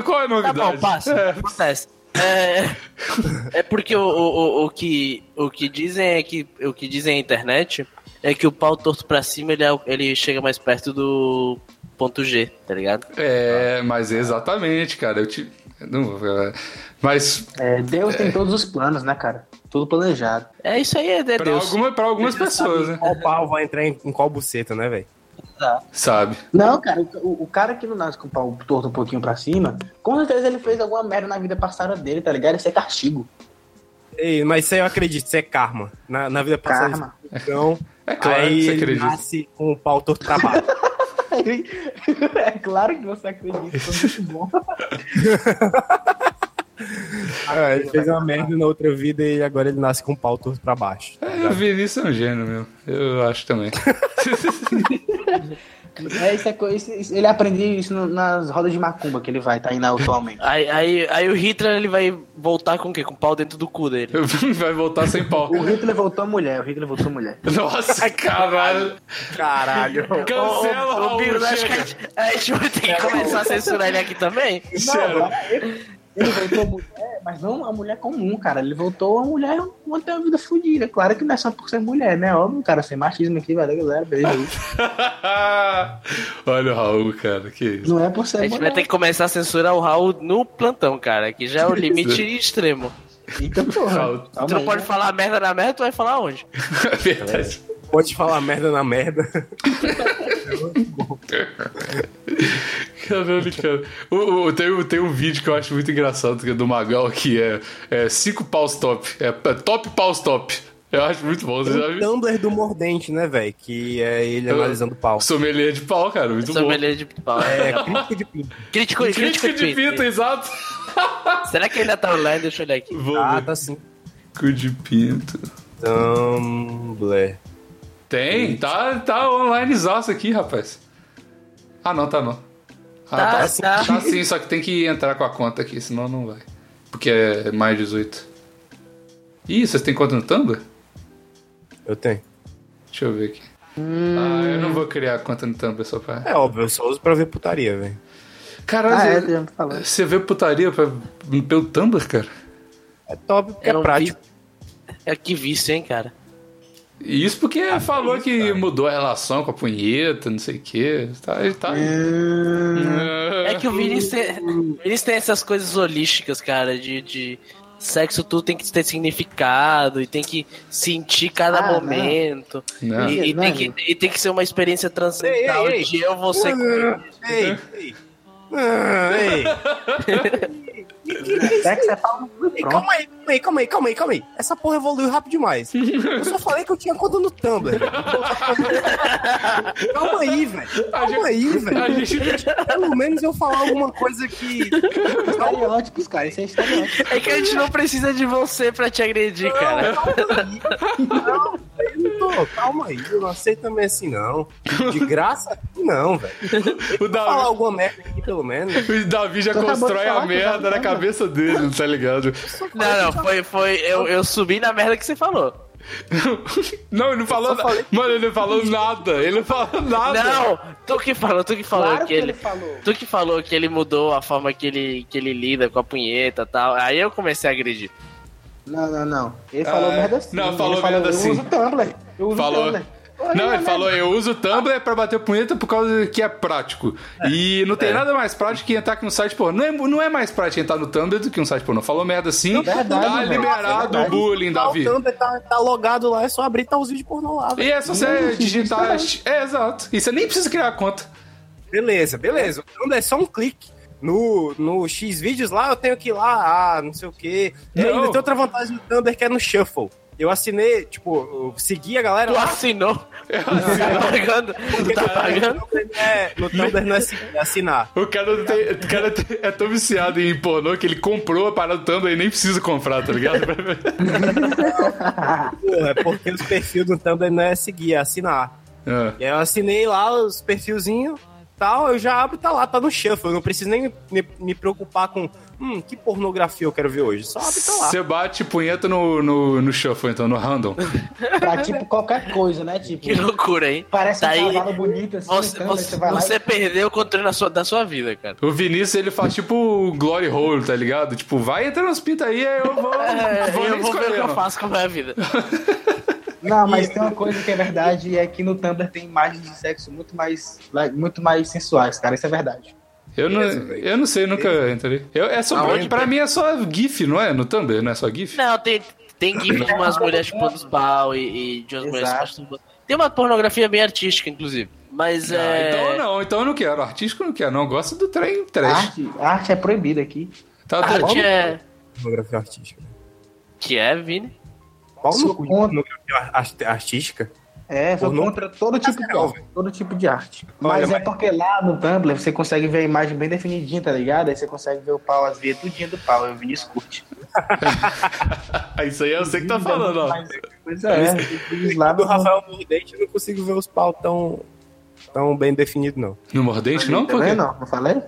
S5: Qual é
S6: Tá
S5: a novidade?
S6: bom, passa.
S5: É,
S6: Acontece. É, é porque o, o, o, o que, o que dizem é que o que dizem na internet é que o pau torto pra cima ele, é o- ele chega mais perto do ponto G, tá ligado?
S5: É, mas exatamente, cara. Eu te. Não, vou- é, mas
S2: É, Deus tem todos os planos, né, cara? Tudo planejado.
S6: É isso aí, é
S5: pra,
S6: Deus.
S5: alguma, pra algumas pessoas, né?
S3: Qual pau vai entrar em, em qual buceta, né, velho?
S5: Sabe?
S2: Não, cara, o, o cara que não nasce com o pau torto um pouquinho pra cima, com certeza ele fez alguma merda na vida passada dele, tá ligado? Isso é castigo. *laughs*
S3: Ei, Mas isso aí eu acredito, isso é karma. Na, na vida passada.
S2: Karma.
S3: Então,
S5: É claro
S3: aí
S5: que você
S3: ele
S5: acredita.
S3: nasce com o pau torto pra
S6: *laughs*
S3: baixo.
S2: *laughs* é claro que você acredita, foi muito bom.
S3: Ah, ele fez uma merda na outra vida e agora ele nasce com o pau torto pra baixo. tá
S6: *laughs*
S5: É, o Vinícius é um gênio mesmo. Eu acho também. *laughs*
S2: É, isso é co- isso- isso- ele aprendeu isso no- nas rodas de macumba que ele vai, tá indo atualmente.
S6: Aí, aí, aí o Hitler ele vai voltar com o quê? Com o pau dentro do cu dele.
S5: Vai voltar sem pau.
S2: O Hitler voltou a mulher, o Hitler voltou a mulher.
S6: *laughs*
S5: Nossa, caralho.
S3: Caralho.
S5: Cancela,
S6: Ô,
S5: Raul.
S6: Biro, acho que a
S5: chega.
S6: gente, a gente vai ter que começar a censurar ele aqui também.
S5: Sério.
S2: Ele voltou a mulher, mas não a mulher comum, cara. Ele voltou a mulher que tem uma vida fodida. Claro que não é só por ser mulher, né? Óbvio, cara, sem machismo aqui, valeu, galera. Beijo aí.
S5: *laughs* Olha o Raul, cara. Que isso.
S2: Não é por
S6: A
S2: ser
S6: gente vai
S2: mulher.
S6: ter que começar a censurar o Raul no plantão, cara, que já é o limite extremo.
S2: Então, porra.
S5: Raul. *laughs*
S6: Tu não pode falar merda na merda, tu vai falar onde?
S5: É verdade.
S3: Pode falar merda na
S5: *laughs*
S3: merda.
S5: Caralho, cara. O, o- tem, um- tem um vídeo que eu acho muito engraçado que é do Magal que é, é cinco paus top. É, é top paus top. Eu acho muito bom. Você já
S3: O
S5: viu?
S3: Tumblr do Mordente, né, velho? Que é ele analisando o pau.
S5: Sommelier de pau, cara. Muito bom.
S6: Sommelier de pau.
S3: É,
S6: É,
S3: crítico de pinto.
S6: crítico, crítico,
S5: Crítica de pinto, exato.
S6: Será que ainda tá online? Deixa eu olhar aqui.
S5: Vou
S3: Ah,
S5: ver.
S3: tá sim.
S5: Cu de pinto.
S3: Tumblr.
S5: Tem, tá, tá online aqui, rapaz. Ah, não, tá não. Ah,
S6: Tá,
S5: tá,
S6: tá.
S5: tá sim, só que tem que entrar com a conta aqui, senão não vai. Porque é mais 18. Ih, vocês têm conta no Tumblr?
S3: Eu tenho.
S5: Deixa eu ver aqui. Ah, eu não vou criar conta no Tumblr só pra.
S3: É óbvio, eu só uso pra ver putaria, velho.
S2: Ah, é,
S5: Caralho,
S2: tu já me falou.
S5: você vê putaria pra- pelo Tumblr, cara?
S3: É top porque
S6: Eu não
S3: é
S6: vi.
S3: prático.
S6: É que vício, hein, cara.
S5: E Isso porque falou que mudou a relação com a punheta, não sei o quê. Tá, ele tá.
S6: É que o Vinícius tem, o Vinícius tem essas coisas holísticas, cara, de, de sexo tudo tem que ter significado e tem que sentir cada
S2: Ah, não.
S6: momento. *laughs*
S5: Ah. Não.
S6: E, e
S2: Não,
S6: tem
S2: não.
S6: que, e tem que ser uma experiência transcendental
S3: Ei, ei, ei.
S6: de eu, você...
S3: Ei, ei. Ah,
S6: *laughs*
S3: ei.
S2: Sexo é pau no cu,
S3: Ei,
S2: pronto.
S3: calma aí, calma aí, calma aí, calma aí, calma aí. Essa porra evoluiu rápido demais. Eu só falei que eu tinha conta no
S5: *laughs*
S3: Tumblr. calma aí, velho. Calma aí,
S5: A
S3: velho.
S5: gente
S3: Pelo menos eu falar alguma coisa que.
S2: Estereótipos, cara. Isso é estereótipo.
S6: É que a gente não precisa de você pra te agredir, cara.
S3: Não, eu não tô. Calma aí, eu não aceito também assim, não. De graça, não, velho.
S5: O
S3: Falar
S5: Davi,
S3: alguma merda aqui, pelo menos.
S5: *laughs* o Davi já
S2: Tu acabou de
S5: constrói
S2: falar
S5: a
S2: que
S5: merda
S2: eu
S5: na
S2: já não
S5: cabeça dele, tá ligado? *laughs*
S6: Não, não, foi, foi. Eu, eu subi na merda que você falou.
S5: Não, ele não falou nada. Mano, ele não falou nada. Ele não falou nada.
S6: Não, tu que falou, tu que falou
S2: Claro
S6: que ele.
S2: falou.
S6: Tu que falou que ele mudou a forma que ele, que ele lida com a punheta e tal. Aí eu comecei a agredir.
S2: Não, não, não. Ele falou
S5: Ah,
S2: merda assim.
S5: não,
S2: Ele
S5: falou merda
S2: eu
S5: assim.
S2: uso Tumblr. Eu uso
S5: Falou.
S2: Tumblr. né?
S5: Não, ele falou, eu uso o Tumblr pra bater punheta por causa que é prático. E não tem nada mais prático que entrar aqui no site pornô. Não é, não é mais prático entrar no Tumblr do que um site pornô. Falou merda sim,
S2: verdade,
S5: tá
S2: velho.
S5: liberado
S2: É
S5: o bullying, Davi.
S3: O Tumblr tá, tá logado lá, é só abrir e tá os vídeos pornô lá, velho.
S5: E é só você digitar... É, exato. E você nem precisa criar a conta.
S3: Beleza, beleza. O Tumblr é só um clique. No, no X vídeos lá, eu tenho que ir lá, ah, não sei o quê. E
S5: Não.
S3: ainda tem outra vantagem do Tumblr que é no Shuffle. Eu assinei, tipo, eu segui a galera
S6: Tu
S3: lá.
S6: assinou? Tu tá pagando? Tu tá pagando?
S3: É, no Tumblr não é seguir, é assinar.
S5: O cara, não tem- o cara tem- é tão viciado em pornô que ele comprou a parada do Tumblr e nem precisa comprar, tá
S6: *laughs*
S5: ligado?
S3: Porra, é porque os perfis do Tumblr não é seguir, é assinar.
S5: Ah,
S3: E aí eu assinei lá os perfilzinhos. tal, eu já abro e tá lá, tá no shuffle. Eu não preciso nem me, me preocupar com, hum, que pornografia eu quero ver hoje. Só abre e tá lá.
S5: Você bate punheta no, no, no shuffle, então, no random.
S2: Pra tipo qualquer coisa, né? Tipo,
S6: Que loucura, hein?
S2: parece
S6: Tá
S2: um
S6: aí-
S2: cavalo bonito assim,
S6: Você,
S2: então, aí
S6: você-
S2: você vai lá.
S6: você
S2: e-
S6: perdeu o controle da sua, da sua vida, cara.
S5: O Vinícius, ele faz tipo o glory hole, tá ligado? Tipo, vai entrando nas pintas aí, aí eu vou,
S6: É,
S5: vou
S6: eu
S5: nem
S6: vou ver o que eu
S5: escolhendo.
S6: faço com a minha vida. tá
S2: Não, mas tem uma coisa que é verdade, é que no Tumblr tem imagens de sexo muito mais, muito mais sensuais, cara. Isso é verdade.
S5: Eu não,
S3: Beleza, velho.
S5: eu não sei, nunca entrei. Eu, é só,
S6: Aonde,
S5: pra
S6: velho?
S5: mim é só GIF, não é? No Tumblr, não é só GIF?
S6: Não, tem, tem gif de umas mulheres chupando os pau e, e de umas mulheres se
S2: Exato.
S6: masturbando. Tem uma pornografia bem artística, inclusive. Mas
S5: Ah,
S6: é.
S5: então não, então eu não quero. Artístico eu não quero, não. Eu gosto do trem
S6: Ah.
S5: trash.
S2: Arte, arte é proibida aqui.
S5: Tá, tá bom?
S6: Arte é.
S3: Pornografia artística.
S6: Que é, Vini?
S3: Qual
S2: Sou
S3: no cu de
S2: contra.
S3: pornografia ar- artística?
S2: É, sou
S3: Pornô?
S2: contra todo tipo de
S3: Legal,
S2: arte, todo tipo de arte.
S3: Olha,
S2: Mas é
S3: mas-
S2: porque lá no Tumblr você consegue ver a imagem bem definidinha, tá ligado? Aí você consegue ver o pau, as veias tudinha do pau, é o Vinícius curte.
S5: Ah, Isso aí eu sei que tá falando, ó.
S2: Mas- Pois é, diz lá
S3: Do
S2: no
S3: Rafael Mordente, eu não consigo ver os pau tão, tão bem definido, não.
S5: No mordente, não? Por
S2: Também
S5: quê?
S6: né,
S2: não, não falei?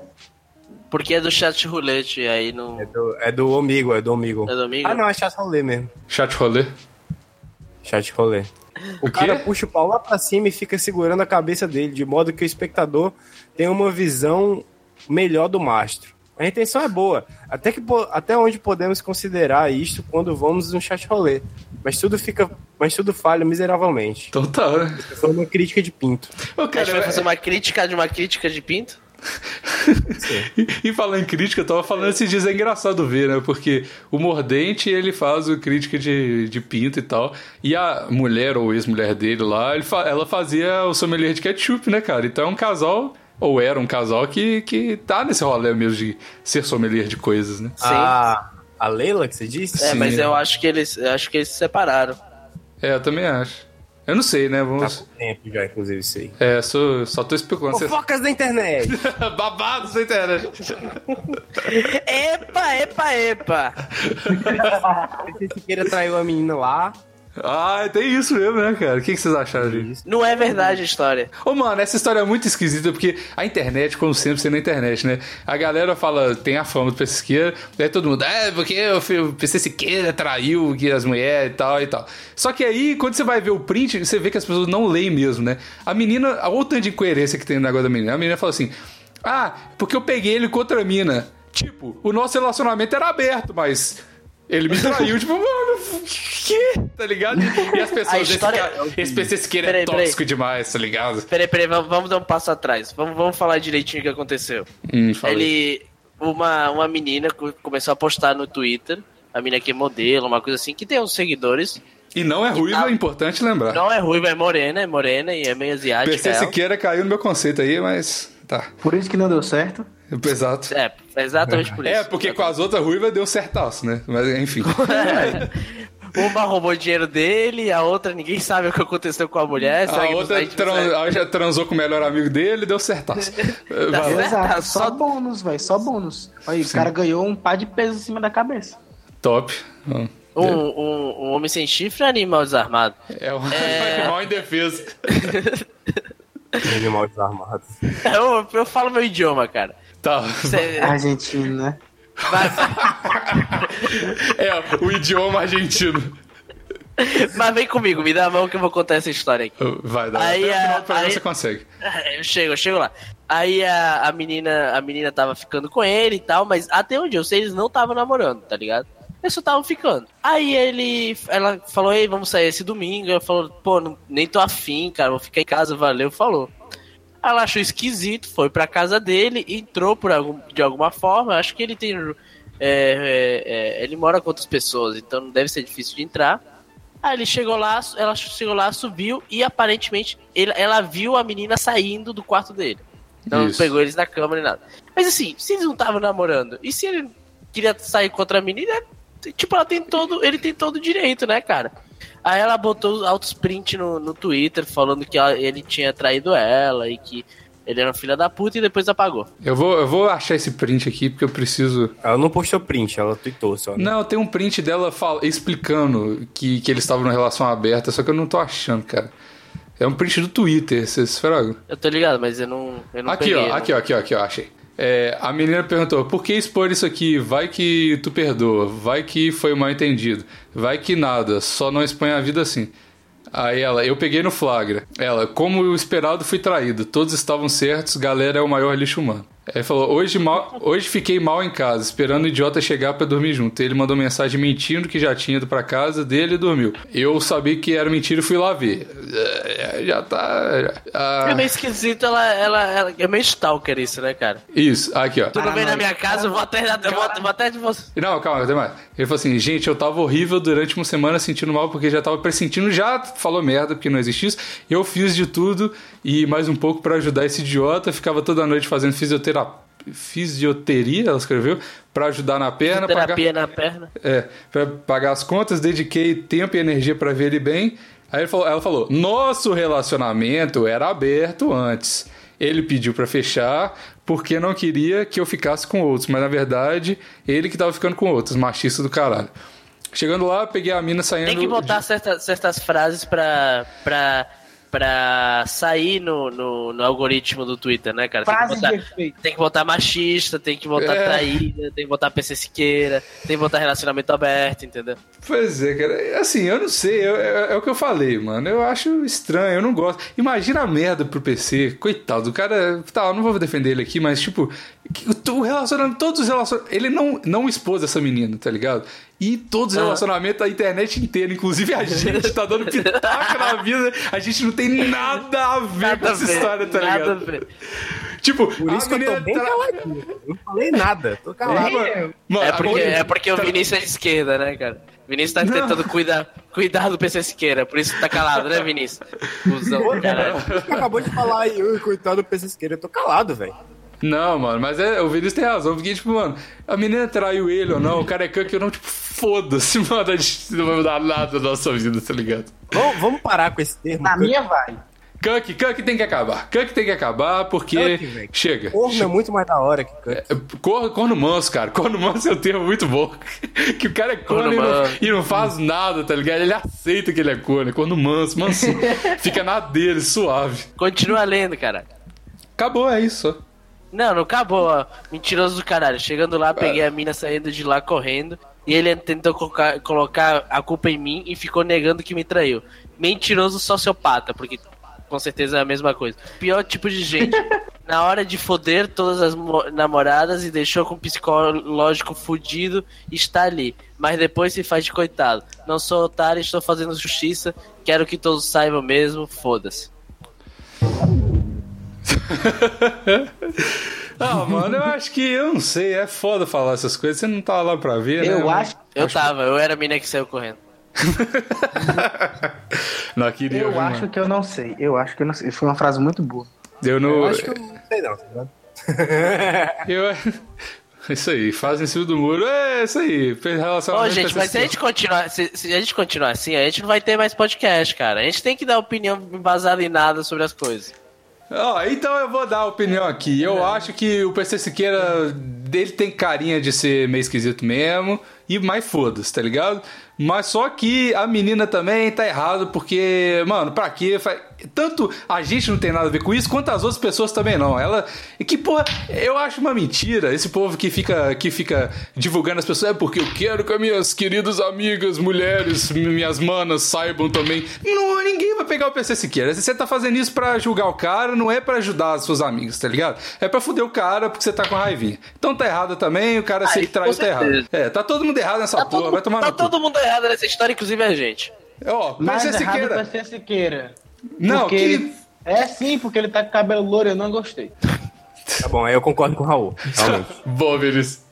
S6: Porque é do chat roulette, aí não.
S3: É do, é do Omigo, é do Omigo.
S6: É do Omigo?
S3: Ah, não, é chat rolê mesmo.
S5: Chat rolê.
S3: Chat rolê.
S5: O
S3: O cara
S5: quê?
S3: puxa o pau lá pra cima e fica segurando a cabeça dele, de modo que o espectador tenha uma visão melhor do mastro. A intenção é boa. Até, que, po- até onde podemos considerar isto quando vamos no chat rolê. Mas tudo fica. Mas tudo falha miseravelmente.
S5: Então tá, né?
S3: Foi uma crítica de pinto.
S5: Ô,
S6: A gente vai
S5: cara,
S6: fazer uma crítica de uma crítica de pinto?
S5: *laughs* E, e falando em crítica, eu tava falando esses dias, é engraçado ver, né? Porque o Mordente, ele faz o crítica de, de pinto e tal. E a mulher ou ex-mulher dele lá, ele fa- ela fazia o sommelier de ketchup, né, cara? Então é um casal, ou era um casal, que, que tá nesse rolê mesmo de ser sommelier de coisas, né?
S6: Sim.
S3: A, Ah, a Leila que você disse?
S6: é,
S5: sim.
S6: mas eu acho que eles eu acho que eles se separaram.
S5: É, eu também acho. Eu não sei, né?
S3: Tá
S6: É.
S5: Vamos.
S3: com tempo já, inclusive, isso aí.
S5: É, só, só tô especulando. tá Cê-
S3: Fofocas da *laughs* internet!
S5: *laughs* Babados da internet.
S6: *laughs* Epa, epa, epa!
S3: Você se queira traiu a menina lá.
S5: Ah, tem isso mesmo, né, cara? O que que vocês acharam disso?
S6: Não é verdade a história.
S5: Ô, mano, essa história é muito esquisita, porque a internet, como sempre, sendo a internet, né? A galera fala, tem a fama do PC Siqueira, aí todo mundo, é, porque o fi- o PC Siqueira traiu que as mulheres e tal e tal. Só que aí, quando você vai ver o print, você vê que as pessoas não leem mesmo, né? A menina, a outra de incoerência que tem no negócio da menina, a menina fala assim, ah, porque eu peguei ele com outra mina. Tipo, o nosso relacionamento era aberto, mas... Ele me traiu, tipo, mano, que? Tá ligado? E as pessoas,
S6: A história-
S5: esse, cara, esse PC Siqueira é
S6: Peraí, peraí.
S5: tóxico demais, tá ligado?
S6: Peraí, peraí, vamos, vamos dar um passo atrás. Vamos, vamos falar direitinho o que aconteceu.
S5: Hum, fala aí.
S6: Ele. Uma, uma menina co- começou a postar no Twitter. A menina que é modelo, uma coisa assim, que tem uns seguidores.
S5: E não é ruiva,
S6: Ah.
S5: é importante lembrar.
S6: Não é ruiva, é morena, é morena e é meio asiática.
S5: PC
S6: ela.
S5: Siqueira caiu no meu conceito aí, mas tá.
S2: Por isso que não deu certo.
S5: Exato.
S6: É, exatamente por isso.
S5: *laughs* É, porque com as outras ruivas deu certaço, né? Mas enfim.
S6: *laughs* Uma roubou dinheiro dele, a outra ninguém sabe o que aconteceu com a mulher. será
S5: a
S6: que
S5: outra
S6: gente
S5: tran-
S6: consegue-
S5: a já transou com o melhor amigo dele
S6: *laughs*
S5: deu certaço. Eh,
S6: Tá
S3: É
S5: vai lá.
S6: certo.
S2: Exato,
S6: tá,
S2: só
S6: só-
S2: bônus, velho, só bônus. Aí, o cara ganhou um par de peso em cima da cabeça.
S5: Top. Hum.
S6: Um, um, um homem sem chifre é animal desarmado. *laughs*
S5: *laughs* É um animal indefeso.
S3: Animal desarmado.
S6: Eu, eu falo meu idioma, cara.
S5: Tá.
S6: Cê-
S3: É.
S2: Argentina, né?
S5: É, o idioma argentino.
S6: mas vem comigo, me dá a mão que eu vou contar essa história aqui.
S5: Vai dar.
S6: Aí,
S5: Até o final
S6: ah,
S5: do programa
S6: aí-
S5: você consegue.
S6: *laughs* Eu chego, eu chego lá. Aí a, a menina, a menina tava ficando com ele e tal, mas até onde eu sei, eles não estavam namorando, tá ligado? Eles só estavam ficando. Aí ele, ela falou, ei, vamos sair esse domingo. Eu falou, pô, não- nem tô afim, cara, vou ficar em casa, valeu, falou. Ela achou esquisito, foi pra casa dele, entrou por algum, de alguma forma. Acho que ele tem. é, é, é, ele mora com outras pessoas, então não deve ser difícil de entrar. Aí ele chegou lá, ela chegou lá, subiu e aparentemente ele- ela viu a menina saindo do quarto dele. Então
S5: Isso.
S6: não pegou eles na cama nem nada. Mas assim, se eles não estavam namorando, e se ele queria sair contra a menina, tipo, ela tem todo, ele tem todo o direito, né, cara? Aí ela botou altos print no, no Twitter falando que ela- ele tinha traído ela e que ele era um filho da puta e depois apagou.
S5: Eu vou, eu vou achar esse print aqui, porque eu preciso.
S3: Ela não postou print, ela tweetou só. né?
S5: Não, tem um print dela fal- explicando que, que eles estavam numa relação aberta, só que eu não tô achando, cara. É um print do Twitter, vocês frago.
S6: Eu tô ligado, mas eu não, eu não
S5: Aqui,
S6: peguei.
S5: ó,
S6: né?
S5: aqui, ó, aqui, ó, aqui, ó, achei. É, a menina perguntou, por que expor isso aqui? Vai que tu perdoa, vai que foi mal entendido, vai que nada, só não expõe a vida assim. Aí ela, eu peguei no flagra. Ela, como o esperado, fui traído. Todos estavam certos, galera é o maior lixo humano. Aí falou, hoje, mal, hoje fiquei mal em casa, esperando o idiota chegar pra dormir junto. Ele mandou mensagem mentindo que já tinha ido pra casa dele e dormiu. Eu sabia que era mentira e fui lá ver. É, Já tá... já- ah,
S6: É meio esquisito, ela, ela, ela- É meio stalker isso, né, cara?
S5: isso, aqui ó.
S6: Tu não vem na minha casa, eu vou atrás, da- eu vou, eu vou atrás de você.
S5: Não, calma, tem mais. Ele falou assim, gente, eu tava horrível durante uma semana sentindo mal porque já tava pressentindo, já falou merda porque não existe isso. Eu fiz de tudo e mais um pouco pra ajudar esse idiota. Ficava toda noite fazendo fisioterapia. Fisioteria, ela escreveu, pra ajudar na perna, pagar,
S6: Terapia na perna.
S5: é, pra pagar as contas, dediquei tempo e energia pra ver ele bem. Aí ele falou- ela falou: nosso relacionamento era aberto antes. Ele pediu pra fechar porque não queria que eu ficasse com outros, mas na verdade ele que tava ficando com outros, machista do caralho. Chegando lá, peguei a mina saindo.
S6: Tem que botar
S5: de-
S6: certa- certas frases pra, pra, pra sair no, no, no algoritmo do Twitter, né, cara? Tem que,
S2: Frase de
S6: botar,
S2: efeito.
S6: tem que botar machista, tem que botar
S5: É.
S6: traída, tem que botar PC Siqueira, tem que botar relacionamento aberto, entendeu?
S5: Pois é, cara. Assim, eu não sei, eu- é, é o que eu falei, mano. Eu acho estranho, eu não gosto. Imagina a merda pro PC, coitado. O cara. Tá, eu não vou defender ele aqui, mas, tipo, que- o o relacionamento, todos os relacionamentos. Ele não, não expôs essa menina, tá ligado? E todos os
S6: Ah.
S5: relacionamentos, a internet inteira, inclusive a gente, tá dando
S6: *laughs*
S5: pitaco na vida. A gente não tem nada a ver com
S6: a
S5: essa
S6: ver,
S5: história, tá
S6: nada
S5: ligado?
S6: a ver.
S5: Tipo,
S3: Por
S5: a
S3: isso que eu tô
S5: menina
S3: bem
S5: tra-
S3: caladinho. Eu Não falei nada, tô calado.
S5: Mano, mano,
S6: É porque,
S5: a-
S6: é porque o
S5: tá-
S6: Vinícius é de esquerda, né, cara? O Vinícius tá
S5: Não.
S6: tentando cuidar, cuidar do PC Siqueira, por isso que tá calado, né, Vinícius?
S5: *laughs*
S6: Cusão, do caralho.
S3: Tu acabou de falar aí, eu, coitado do PC Siqueira, eu tô calado, velho.
S5: Não, mano, mas é, o Vinícius tem razão, porque, tipo, mano, a menina traiu ele ou não, o cara é que ou não, tipo, foda-se, *laughs* mano, a gente não vai mudar nada da nossa vida, tá ligado?
S3: Vamos, vamos parar com esse termo.
S2: Na
S3: porque
S2: minha vai.
S5: Cuck, cuck tem que acabar, cuck tem que acabar, porque
S3: Cuck, velho.
S5: chega.
S3: Corno é muito mais da hora que canto.
S5: Corno, corno manso, cara. Corno manso é um termo muito bom. *laughs* Que o cara é corno,
S6: Corno
S5: e, não,
S6: manso.
S5: e não faz nada, tá ligado? Ele aceita que ele é corno, é corno
S3: *laughs*
S5: manso, manso. Fica na dele, suave.
S6: Continua lendo, cara.
S5: Acabou, é isso.
S6: Não, não acabou, ó. Mentiroso do caralho. Chegando lá, peguei a mina saindo de lá correndo. E ele tentou colocar, colocar a culpa em mim e ficou negando que me traiu. Mentiroso sociopata, porque com certeza é a mesma coisa. Pior tipo de gente. Na hora de foder todas as mo- namoradas e deixou com o psicológico fudido, está ali. Mas depois se faz de coitado. Não sou otário, estou fazendo justiça. Quero que todos saibam mesmo, foda-se.
S5: Ah, mano, eu acho que eu não sei, é foda falar essas coisas, você não tá lá pra ver, né?
S2: Eu
S5: mano?
S2: acho,
S6: Eu tava, eu era a mina que saiu correndo.
S5: *laughs* Não, queria
S2: eu
S5: ouvir,
S2: acho
S5: mano.
S2: que eu não sei. Eu acho que eu não sei. Foi uma frase muito boa.
S5: Eu não.
S3: Eu acho que eu não sei não, tá ligado?
S5: eu- *laughs* Isso aí, faz em cima do muro. É, isso aí.
S6: Ô,
S5: Relacionamento
S6: gente, mas se a gente, continuar, se, se a gente continuar assim, a gente não vai ter mais podcast, cara. A gente tem que dar opinião baseada em nada sobre as coisas.
S5: Ó, então eu vou dar a opinião aqui. Eu
S3: É.
S5: acho que o PC Siqueira, ele tem carinha de ser meio esquisito mesmo. E mais foda-se, tá ligado? Mas só que a menina também tá errado porque, mano, pra quê? Fa- Tanto a gente não tem nada a ver com isso, quanto as outras pessoas também não. Ela. e Que porra, eu acho uma mentira esse povo que fica, que fica divulgando as pessoas. É porque eu quero que as minhas queridas amigas, mulheres, minhas manas saibam também. Não, ninguém vai pegar o PC Siqueira. Você tá fazendo isso pra julgar o cara, não é pra ajudar os seus amigos, tá ligado? É pra fuder o cara porque você tá com raivinha. Então tá errado também, o cara se
S6: isso
S5: traiu,
S6: com
S5: tá errado.
S6: certeza.
S5: É, tá todo mundo errado nessa
S6: Tá
S5: porra,
S6: todo,
S5: vai tomar
S6: tá
S5: no cu.
S6: todo mundo errado nessa história, inclusive a
S5: *laughs*
S6: gente.
S5: Ó,
S2: Mas
S5: PC
S2: errado
S5: Siqueira.
S2: vai ser Siqueira.
S5: Não,
S2: Porque
S5: que.
S2: ele- É sim, porque ele tá com cabelo louro, eu não gostei.
S3: Tá bom, aí eu concordo com o Raul.
S5: *laughs*
S3: Realmente.
S5: *laughs* Bom, Vinícius.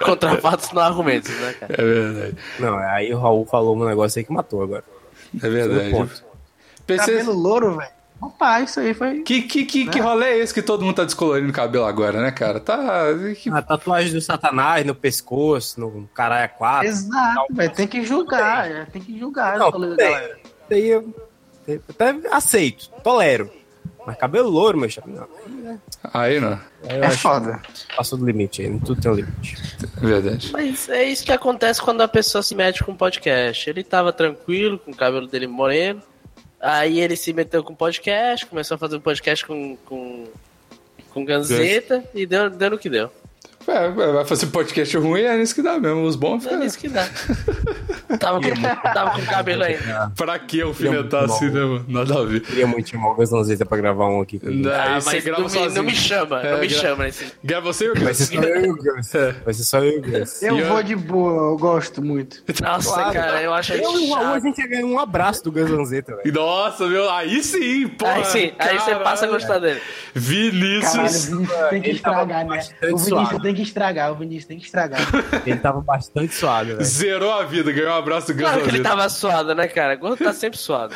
S6: Contra fatos não há argumentos, né, cara?
S5: É verdade.
S3: Não, aí o Raul falou um negócio aí que matou agora.
S5: É verdade.
S3: ponto.
S6: Tá
S5: PC.
S2: Cabelo louro, velho. Opa, isso aí foi.
S5: Que, que, que,
S6: Né?
S5: que rolê é esse que todo mundo tá descolorindo o cabelo agora, né, cara? Tá. que-
S3: A tatuagem do Satanás no pescoço, no caralho a quatro.
S2: Exato, velho. Tem que julgar, é, tem que julgar.
S3: Não,
S2: eu falei,
S3: tudo bem.
S2: galera.
S3: Isso Daí eu eu até aceito, tolero. Mas cabelo louro, meu chapa, não.
S5: Aí né? não.
S2: É foda.
S3: Passou do limite aí, tudo tem um limite.
S5: É verdade.
S6: Mas é isso que acontece quando a pessoa se mete com um podcast. Ele tava tranquilo, com o cabelo dele moreno. Aí ele se meteu com podcast, começou a fazer um podcast com, com, com Ganzeta e deu, deu no que deu.
S5: É, vai fazer podcast ruim, é nisso que dá mesmo. Os bons
S6: É
S5: ficam.
S6: isso que
S5: *laughs*
S6: dá. tava,
S5: é
S6: com, *laughs* tava com cabelo aí.
S5: Pra que alfinetar
S3: Bom.
S5: assim, né, mano? Nada a ver.
S3: Queria muito chamar o Gaslanzeta pra gravar um aqui. comigo.
S5: Daí
S6: Ah,
S5: você
S6: mas
S5: grava
S6: não me,
S5: sozinho.
S6: não me chama,
S5: É,
S6: não me
S5: gra-
S6: chama. né? Esse...
S5: Grava você e o
S3: Vai ser
S5: Gus.
S3: só
S5: *laughs*
S3: eu e o Gus. Vai ser só eu e o
S6: *laughs* É
S3: Gus.
S5: E
S8: Eu
S5: eu-
S8: vou de boa, eu gosto muito.
S6: Nossa, cara, eu acho
S3: Eu e o Raul, a
S6: chato.
S3: gente ia ganhar um abraço do Gaslanzeta, velho.
S5: Nossa, meu, aí sim, porra.
S6: Aí sim, aí você
S5: caralho.
S6: passa a gostar dele.
S5: Vinícius.
S8: Caralho, o Vinícius tem que
S3: ele tava
S8: estragar, né?
S3: bastante
S8: O Vinícius
S3: suado.
S8: tem que estragar, o Vinícius tem que estragar.
S3: Ele tava bastante suado, velho.
S5: Zerou a vida, ganhou um abraço do Gus
S6: Claro que ele
S5: Lanzetta.
S6: tava suado, né, cara? Gordo tá sempre suado.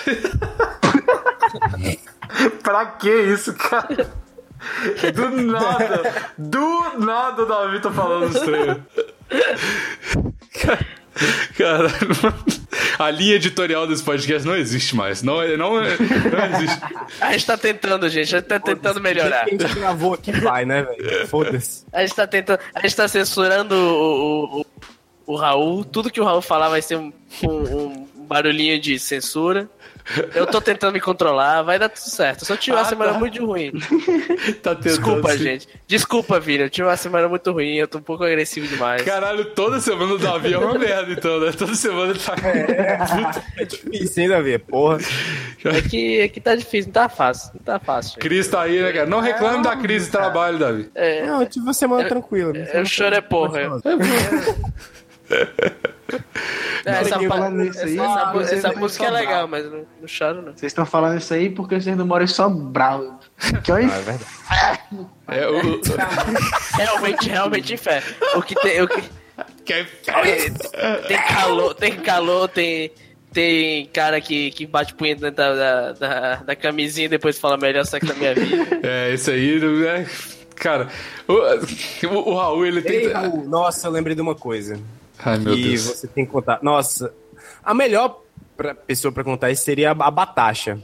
S5: Pra que isso, cara? Do nada, do nada o Davi tá falando estranho. Ca- Caralho, mano. a linha editorial desse podcast não existe mais. Não, é- não, é- não existe.
S6: A gente tá tentando, gente. A gente tá *laughs* tentando melhorar.
S3: O que a gente gravou aqui vai, né, velho? Foda-se.
S6: A gente tá tentando. A gente tá censurando o, o, o, o Raul. Tudo que o Raul falar vai ser um, um- um barulhinho de censura. Eu tô tentando me controlar, vai dar tudo certo. Só tive uma semana muito ruim.
S5: Ah, *laughs* Tá tentando,
S6: Desculpa,
S5: sim.
S6: gente. Desculpa, Vini. Eu tive uma semana muito ruim, eu tô um pouco agressivo demais.
S5: Caralho, toda semana o Davi é uma merda, então, né? Toda semana ele tá.
S3: É difícil, hein, Davi? Porra.
S6: É que, é que tá difícil, não tá fácil. Não tá fácil. gente.
S5: Cris tá aí, né, cara? Não reclame da crise de trabalho, Davi.
S6: É,
S3: Não, eu tive uma semana tranquila. né?
S6: eu choro é porra. eu- É, essa,
S8: Ninguém
S6: pa-
S8: falando isso aí,
S6: essa- essa-
S8: não,
S6: essa
S8: vocês não
S6: música é
S8: são
S6: legal, mas não, não choro, não.
S8: Vocês estão falando isso aí porque vocês não moram em Sobral. Que um olha,
S3: É verdade.
S6: *laughs*
S5: É o.
S6: Realmente, realmente é inferno. O que tem. O que...
S5: que é-
S6: Tem calor, tem calor, tem. Tem cara que, que bate punheta dentro da, da, da, da camisinha e depois fala melhor sexo da
S8: *laughs*
S6: minha vida.
S5: É, isso aí. não É... Cara, o, o- o Raul, ele tem.
S3: Ei, Raul, nossa, eu lembrei de uma coisa.
S5: Ai, meu
S3: e
S5: Deus.
S3: você tem que contar. Nossa, a melhor pra- pessoa pra contar isso seria a, a
S5: *laughs*
S3: Batasha.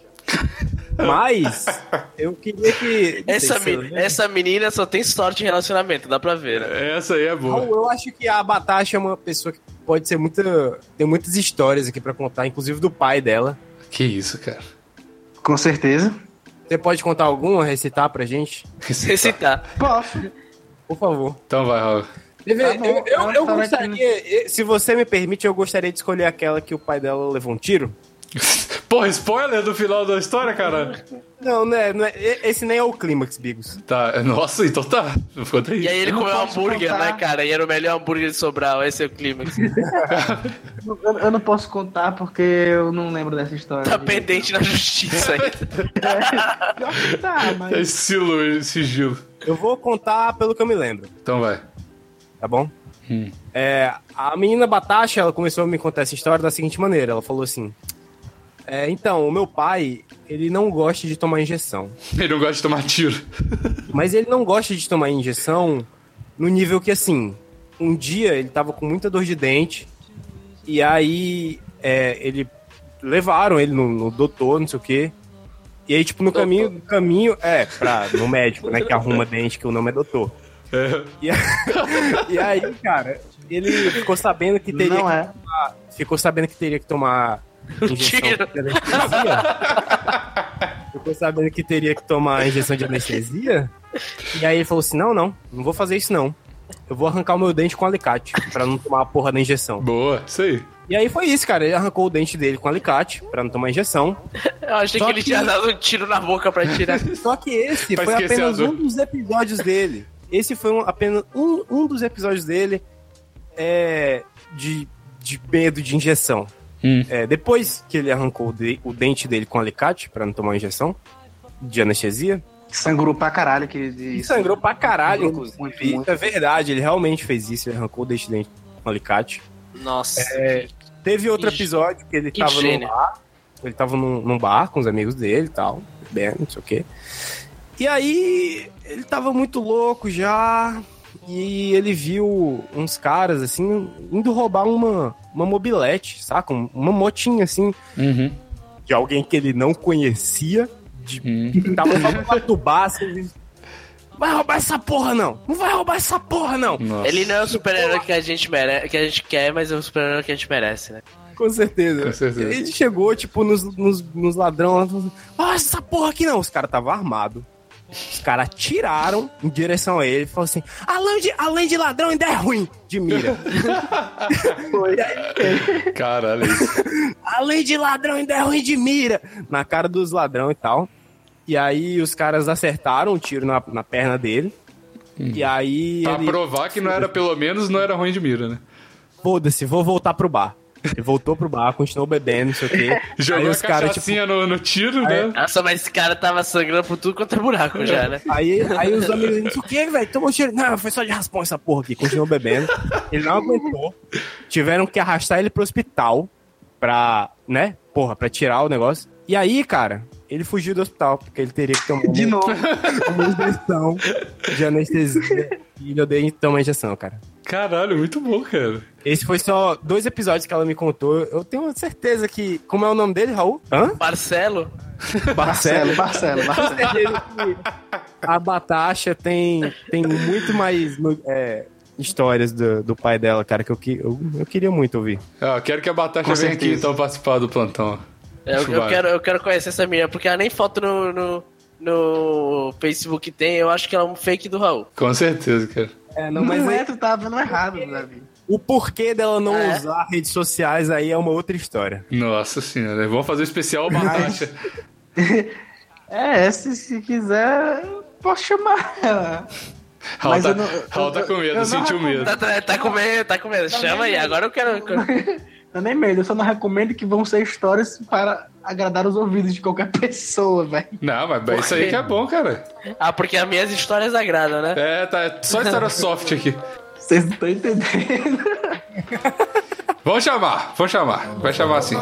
S3: Mas, eu queria que. né? não
S6: Essa,
S3: sei se você
S6: me-
S3: lembra.
S6: essa menina só tem sorte em relacionamento, dá pra ver, né?
S5: Essa aí é boa.
S3: Raul, eu acho que a Batasha é uma pessoa que pode ser muita. Tem muitas histórias aqui pra contar, inclusive do pai dela.
S5: Que isso, cara.
S8: com certeza.
S3: Você pode contar alguma, recitar pra gente?
S6: Recitar.
S8: Posso.
S3: Por favor.
S5: tá- Então vai, Raul.
S3: Teve-
S8: Tá bom,
S3: eu, eu-
S8: tá
S3: eu
S8: bom,
S3: gostaria, se você me permite, eu gostaria de escolher aquela que o pai dela levou um tiro.
S5: Porra, spoiler do final da história, cara.
S3: Não, não é, não é- e- esse nem é o clímax, Bigos.
S5: Tá, nossa, então tá. Conta aí.
S6: E aí ele comeu
S8: posso
S6: hambúrguer,
S8: contar.
S6: né, cara? E era o melhor hambúrguer de Sobral, esse é o clímax.
S8: Eu, eu não posso contar porque eu não lembro dessa história.
S6: Tá pendente na justiça ainda.
S8: Tá,
S5: É
S8: mas.
S5: estilo, sigilo.
S3: Eu vou contar pelo que eu me lembro,
S5: Então vai.
S3: tá bom? É, a menina Batasha, ela começou a me contar essa história da seguinte maneira. Ela falou assim, é, então, o meu pai, ele não gosta de tomar injeção.
S5: Ele não gosta de tomar tiro.
S3: Mas ele não gosta de tomar injeção no nível que, assim, um dia ele tava com muita dor de dente e aí é, ele levaram ele no, no doutor, não sei o quê. E aí, tipo, no caminho, no caminho, é, pra, no médico, né, que arruma dente, que o nome é doutor.
S5: É.
S3: E, a- *laughs* e aí, cara, ele ficou sabendo que teria
S8: Não
S3: que
S8: é.
S3: tomar- ficou sabendo que teria que tomar injeção
S6: tiro.
S3: de anestesia. ficou sabendo que teria que tomar injeção de anestesia. E aí ele falou assim: "Não, não, não vou fazer isso não. Eu vou arrancar o meu dente com alicate pra não tomar a porra da injeção".
S5: Boa, isso aí.
S3: E aí foi isso, cara. Ele arrancou o dente dele com alicate pra não tomar injeção.
S6: Eu achei
S3: Só
S6: que ele
S3: que-
S6: tinha dado um tiro na boca pra tirar.
S3: Só que esse
S5: Pra
S3: foi
S5: esquecer
S3: apenas
S5: as
S3: um
S5: outras.
S3: dos episódios dele. Esse foi um- apenas um, um dos episódios dele é, de, de medo de injeção.
S5: Hum.
S3: É, depois que ele arrancou o, de- o dente dele com alicate pra não tomar injeção de anestesia,
S8: Sangrou pra caralho que
S3: e
S8: de...
S3: sangrou pra caralho,
S8: Sangrou
S3: inclusive.
S8: muito, muito.
S3: É verdade, ele realmente fez isso, ele arrancou o dente dele com alicate.
S6: Nossa.
S3: Teve outro
S6: Que
S3: episódio que ele
S6: que
S3: tava num
S6: gênio.
S3: bar. Ele tava num, num bar com os amigos dele e tal. Bem, não sei o quê. E aí, ele tava muito louco já. E ele viu uns caras, assim, indo roubar uma, uma mobilete, saca? Um- Uma motinha, assim,
S5: Uhum.
S3: de alguém que ele não conhecia. De, que Tava só pra tubar, assim. ele disse, Vai roubar essa porra, não! Não vai roubar essa porra, não!
S5: Nossa.
S6: Ele não é o super-herói que a gente merece, que a gente quer, mas é o super-herói que a gente merece, né?
S3: Com certeza.
S5: Com certeza.
S3: Ele chegou, tipo, nos, nos, nos ladrão lá, falou assim, ah, essa porra aqui não. Os caras estavam armados. Os caras atiraram em direção a ele e falaram assim: além de, além de ladrão, ainda é ruim de
S5: *laughs*
S3: mira. E aí,
S5: Caralho, isso.
S3: além de ladrão, ainda é ruim de mira. Na cara dos ladrão e tal. E aí os caras acertaram um tiro na, na perna dele.
S5: Hum.
S3: E aí.
S5: Pra
S3: ele-
S5: provar que não era, pelo menos, não era ruim de mira, né?
S3: foda-se, vou voltar pro bar. Ele voltou pro bar, continuou bebendo, não sei o quê.
S5: *laughs* Jogou a
S3: os caras, tipo,
S5: cachaçinha no, no tiro, né?
S6: Nossa, mas esse cara tava sangrando por tudo quanto é buraco já, né?
S3: Aí, aí os amigos, isso o que, velho? Tomou cheiro. Não, foi só de raspão essa porra aqui. Continuou bebendo. Ele não aguentou. Tiveram que arrastar ele pro hospital pra, né? Porra, pra tirar o negócio. E aí, cara, ele fugiu do hospital, porque ele teria que tomar
S2: De
S3: uma,
S2: novo.
S3: uma injeção de anestesia. E eu dei então uma injeção, cara.
S5: Caralho, muito bom, cara.
S3: Esse foi só dois episódios que ela me contou. Eu tenho certeza que. Como é o nome dele, Raul? Hã?
S6: Marcelo?
S3: Barcelo.
S2: Marcelo, Marcelo, Marcelo.
S3: *laughs* a Batasha tem, tem muito mais no- é, histórias do, do pai dela, cara, que eu, que- eu, eu queria muito ouvir.
S5: Ah, eu quero que a Batata
S2: Com
S5: venha aqui,
S2: certeza.
S5: então, participar do plantão.
S6: É, Eu,
S5: Isso
S6: eu
S5: vai.
S6: quero, eu quero conhecer essa menina, porque ela nem foto no, no, no Facebook tem, eu acho que ela é um fake do Raul.
S5: Com certeza, cara.
S3: É,
S8: Não, é, tu tá vendo errado, Davi.
S3: o porquê dela não
S6: É.
S3: usar redes sociais aí é uma outra história.
S5: Nossa senhora, né? vamos fazer o especial Batata.
S8: É, se, se quiser, eu posso chamar ela.
S5: Raul
S2: Mas
S5: tá,
S2: eu não- eu-
S5: Raul tá com medo,
S8: eu não
S5: sentiu medo.
S6: Tá, tá, tá com medo, tá com medo. Chama aí, agora eu quero.
S8: Não é nem medo, eu só não recomendo que vão ser histórias para agradar os ouvidos de qualquer *laughs* pessoa, velho.
S5: Não, mas
S6: Por
S5: isso aí
S6: quê?
S5: que é bom, cara.
S6: Ah, porque as minhas histórias agradam, né?
S5: É, tá só história soft aqui.
S8: Vocês não estão entendendo.
S5: Vamos chamar, vamos chamar. Vai chamar assim.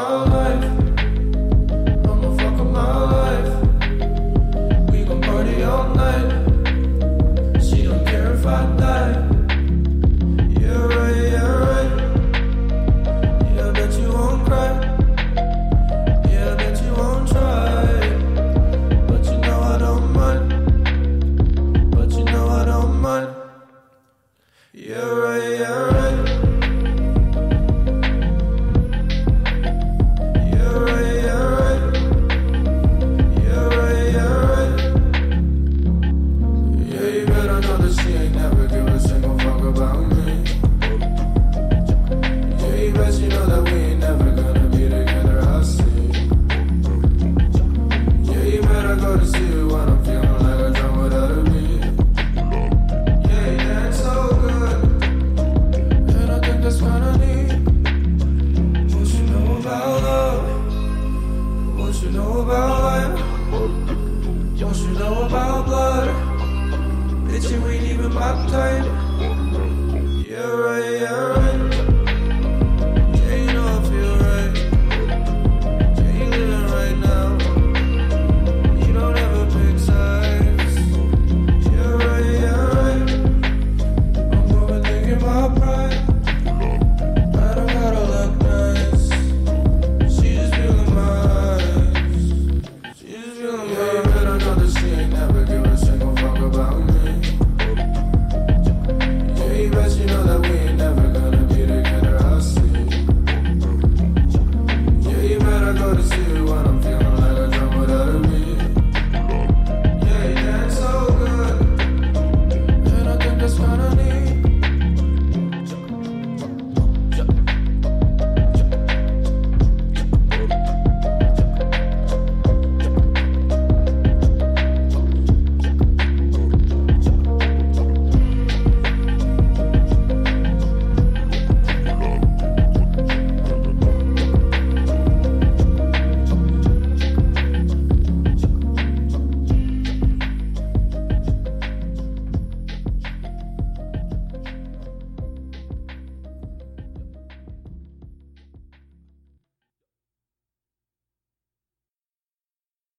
S7: You're right, you're right. You're right, you're right. You're right, you're right. Yeah, you better know that she ain't never give a single fuck about me. Yeah, you bet you know that we ain't never gonna be together, I see. Yeah, you better go to see her when I'm feeling like a drum without a beat. Yeah, yeah, it's so good. And I think that's what I need. What you know about love? What you know about life? What you know about blood? Bitch, you ain't even my type. You're right, you're right.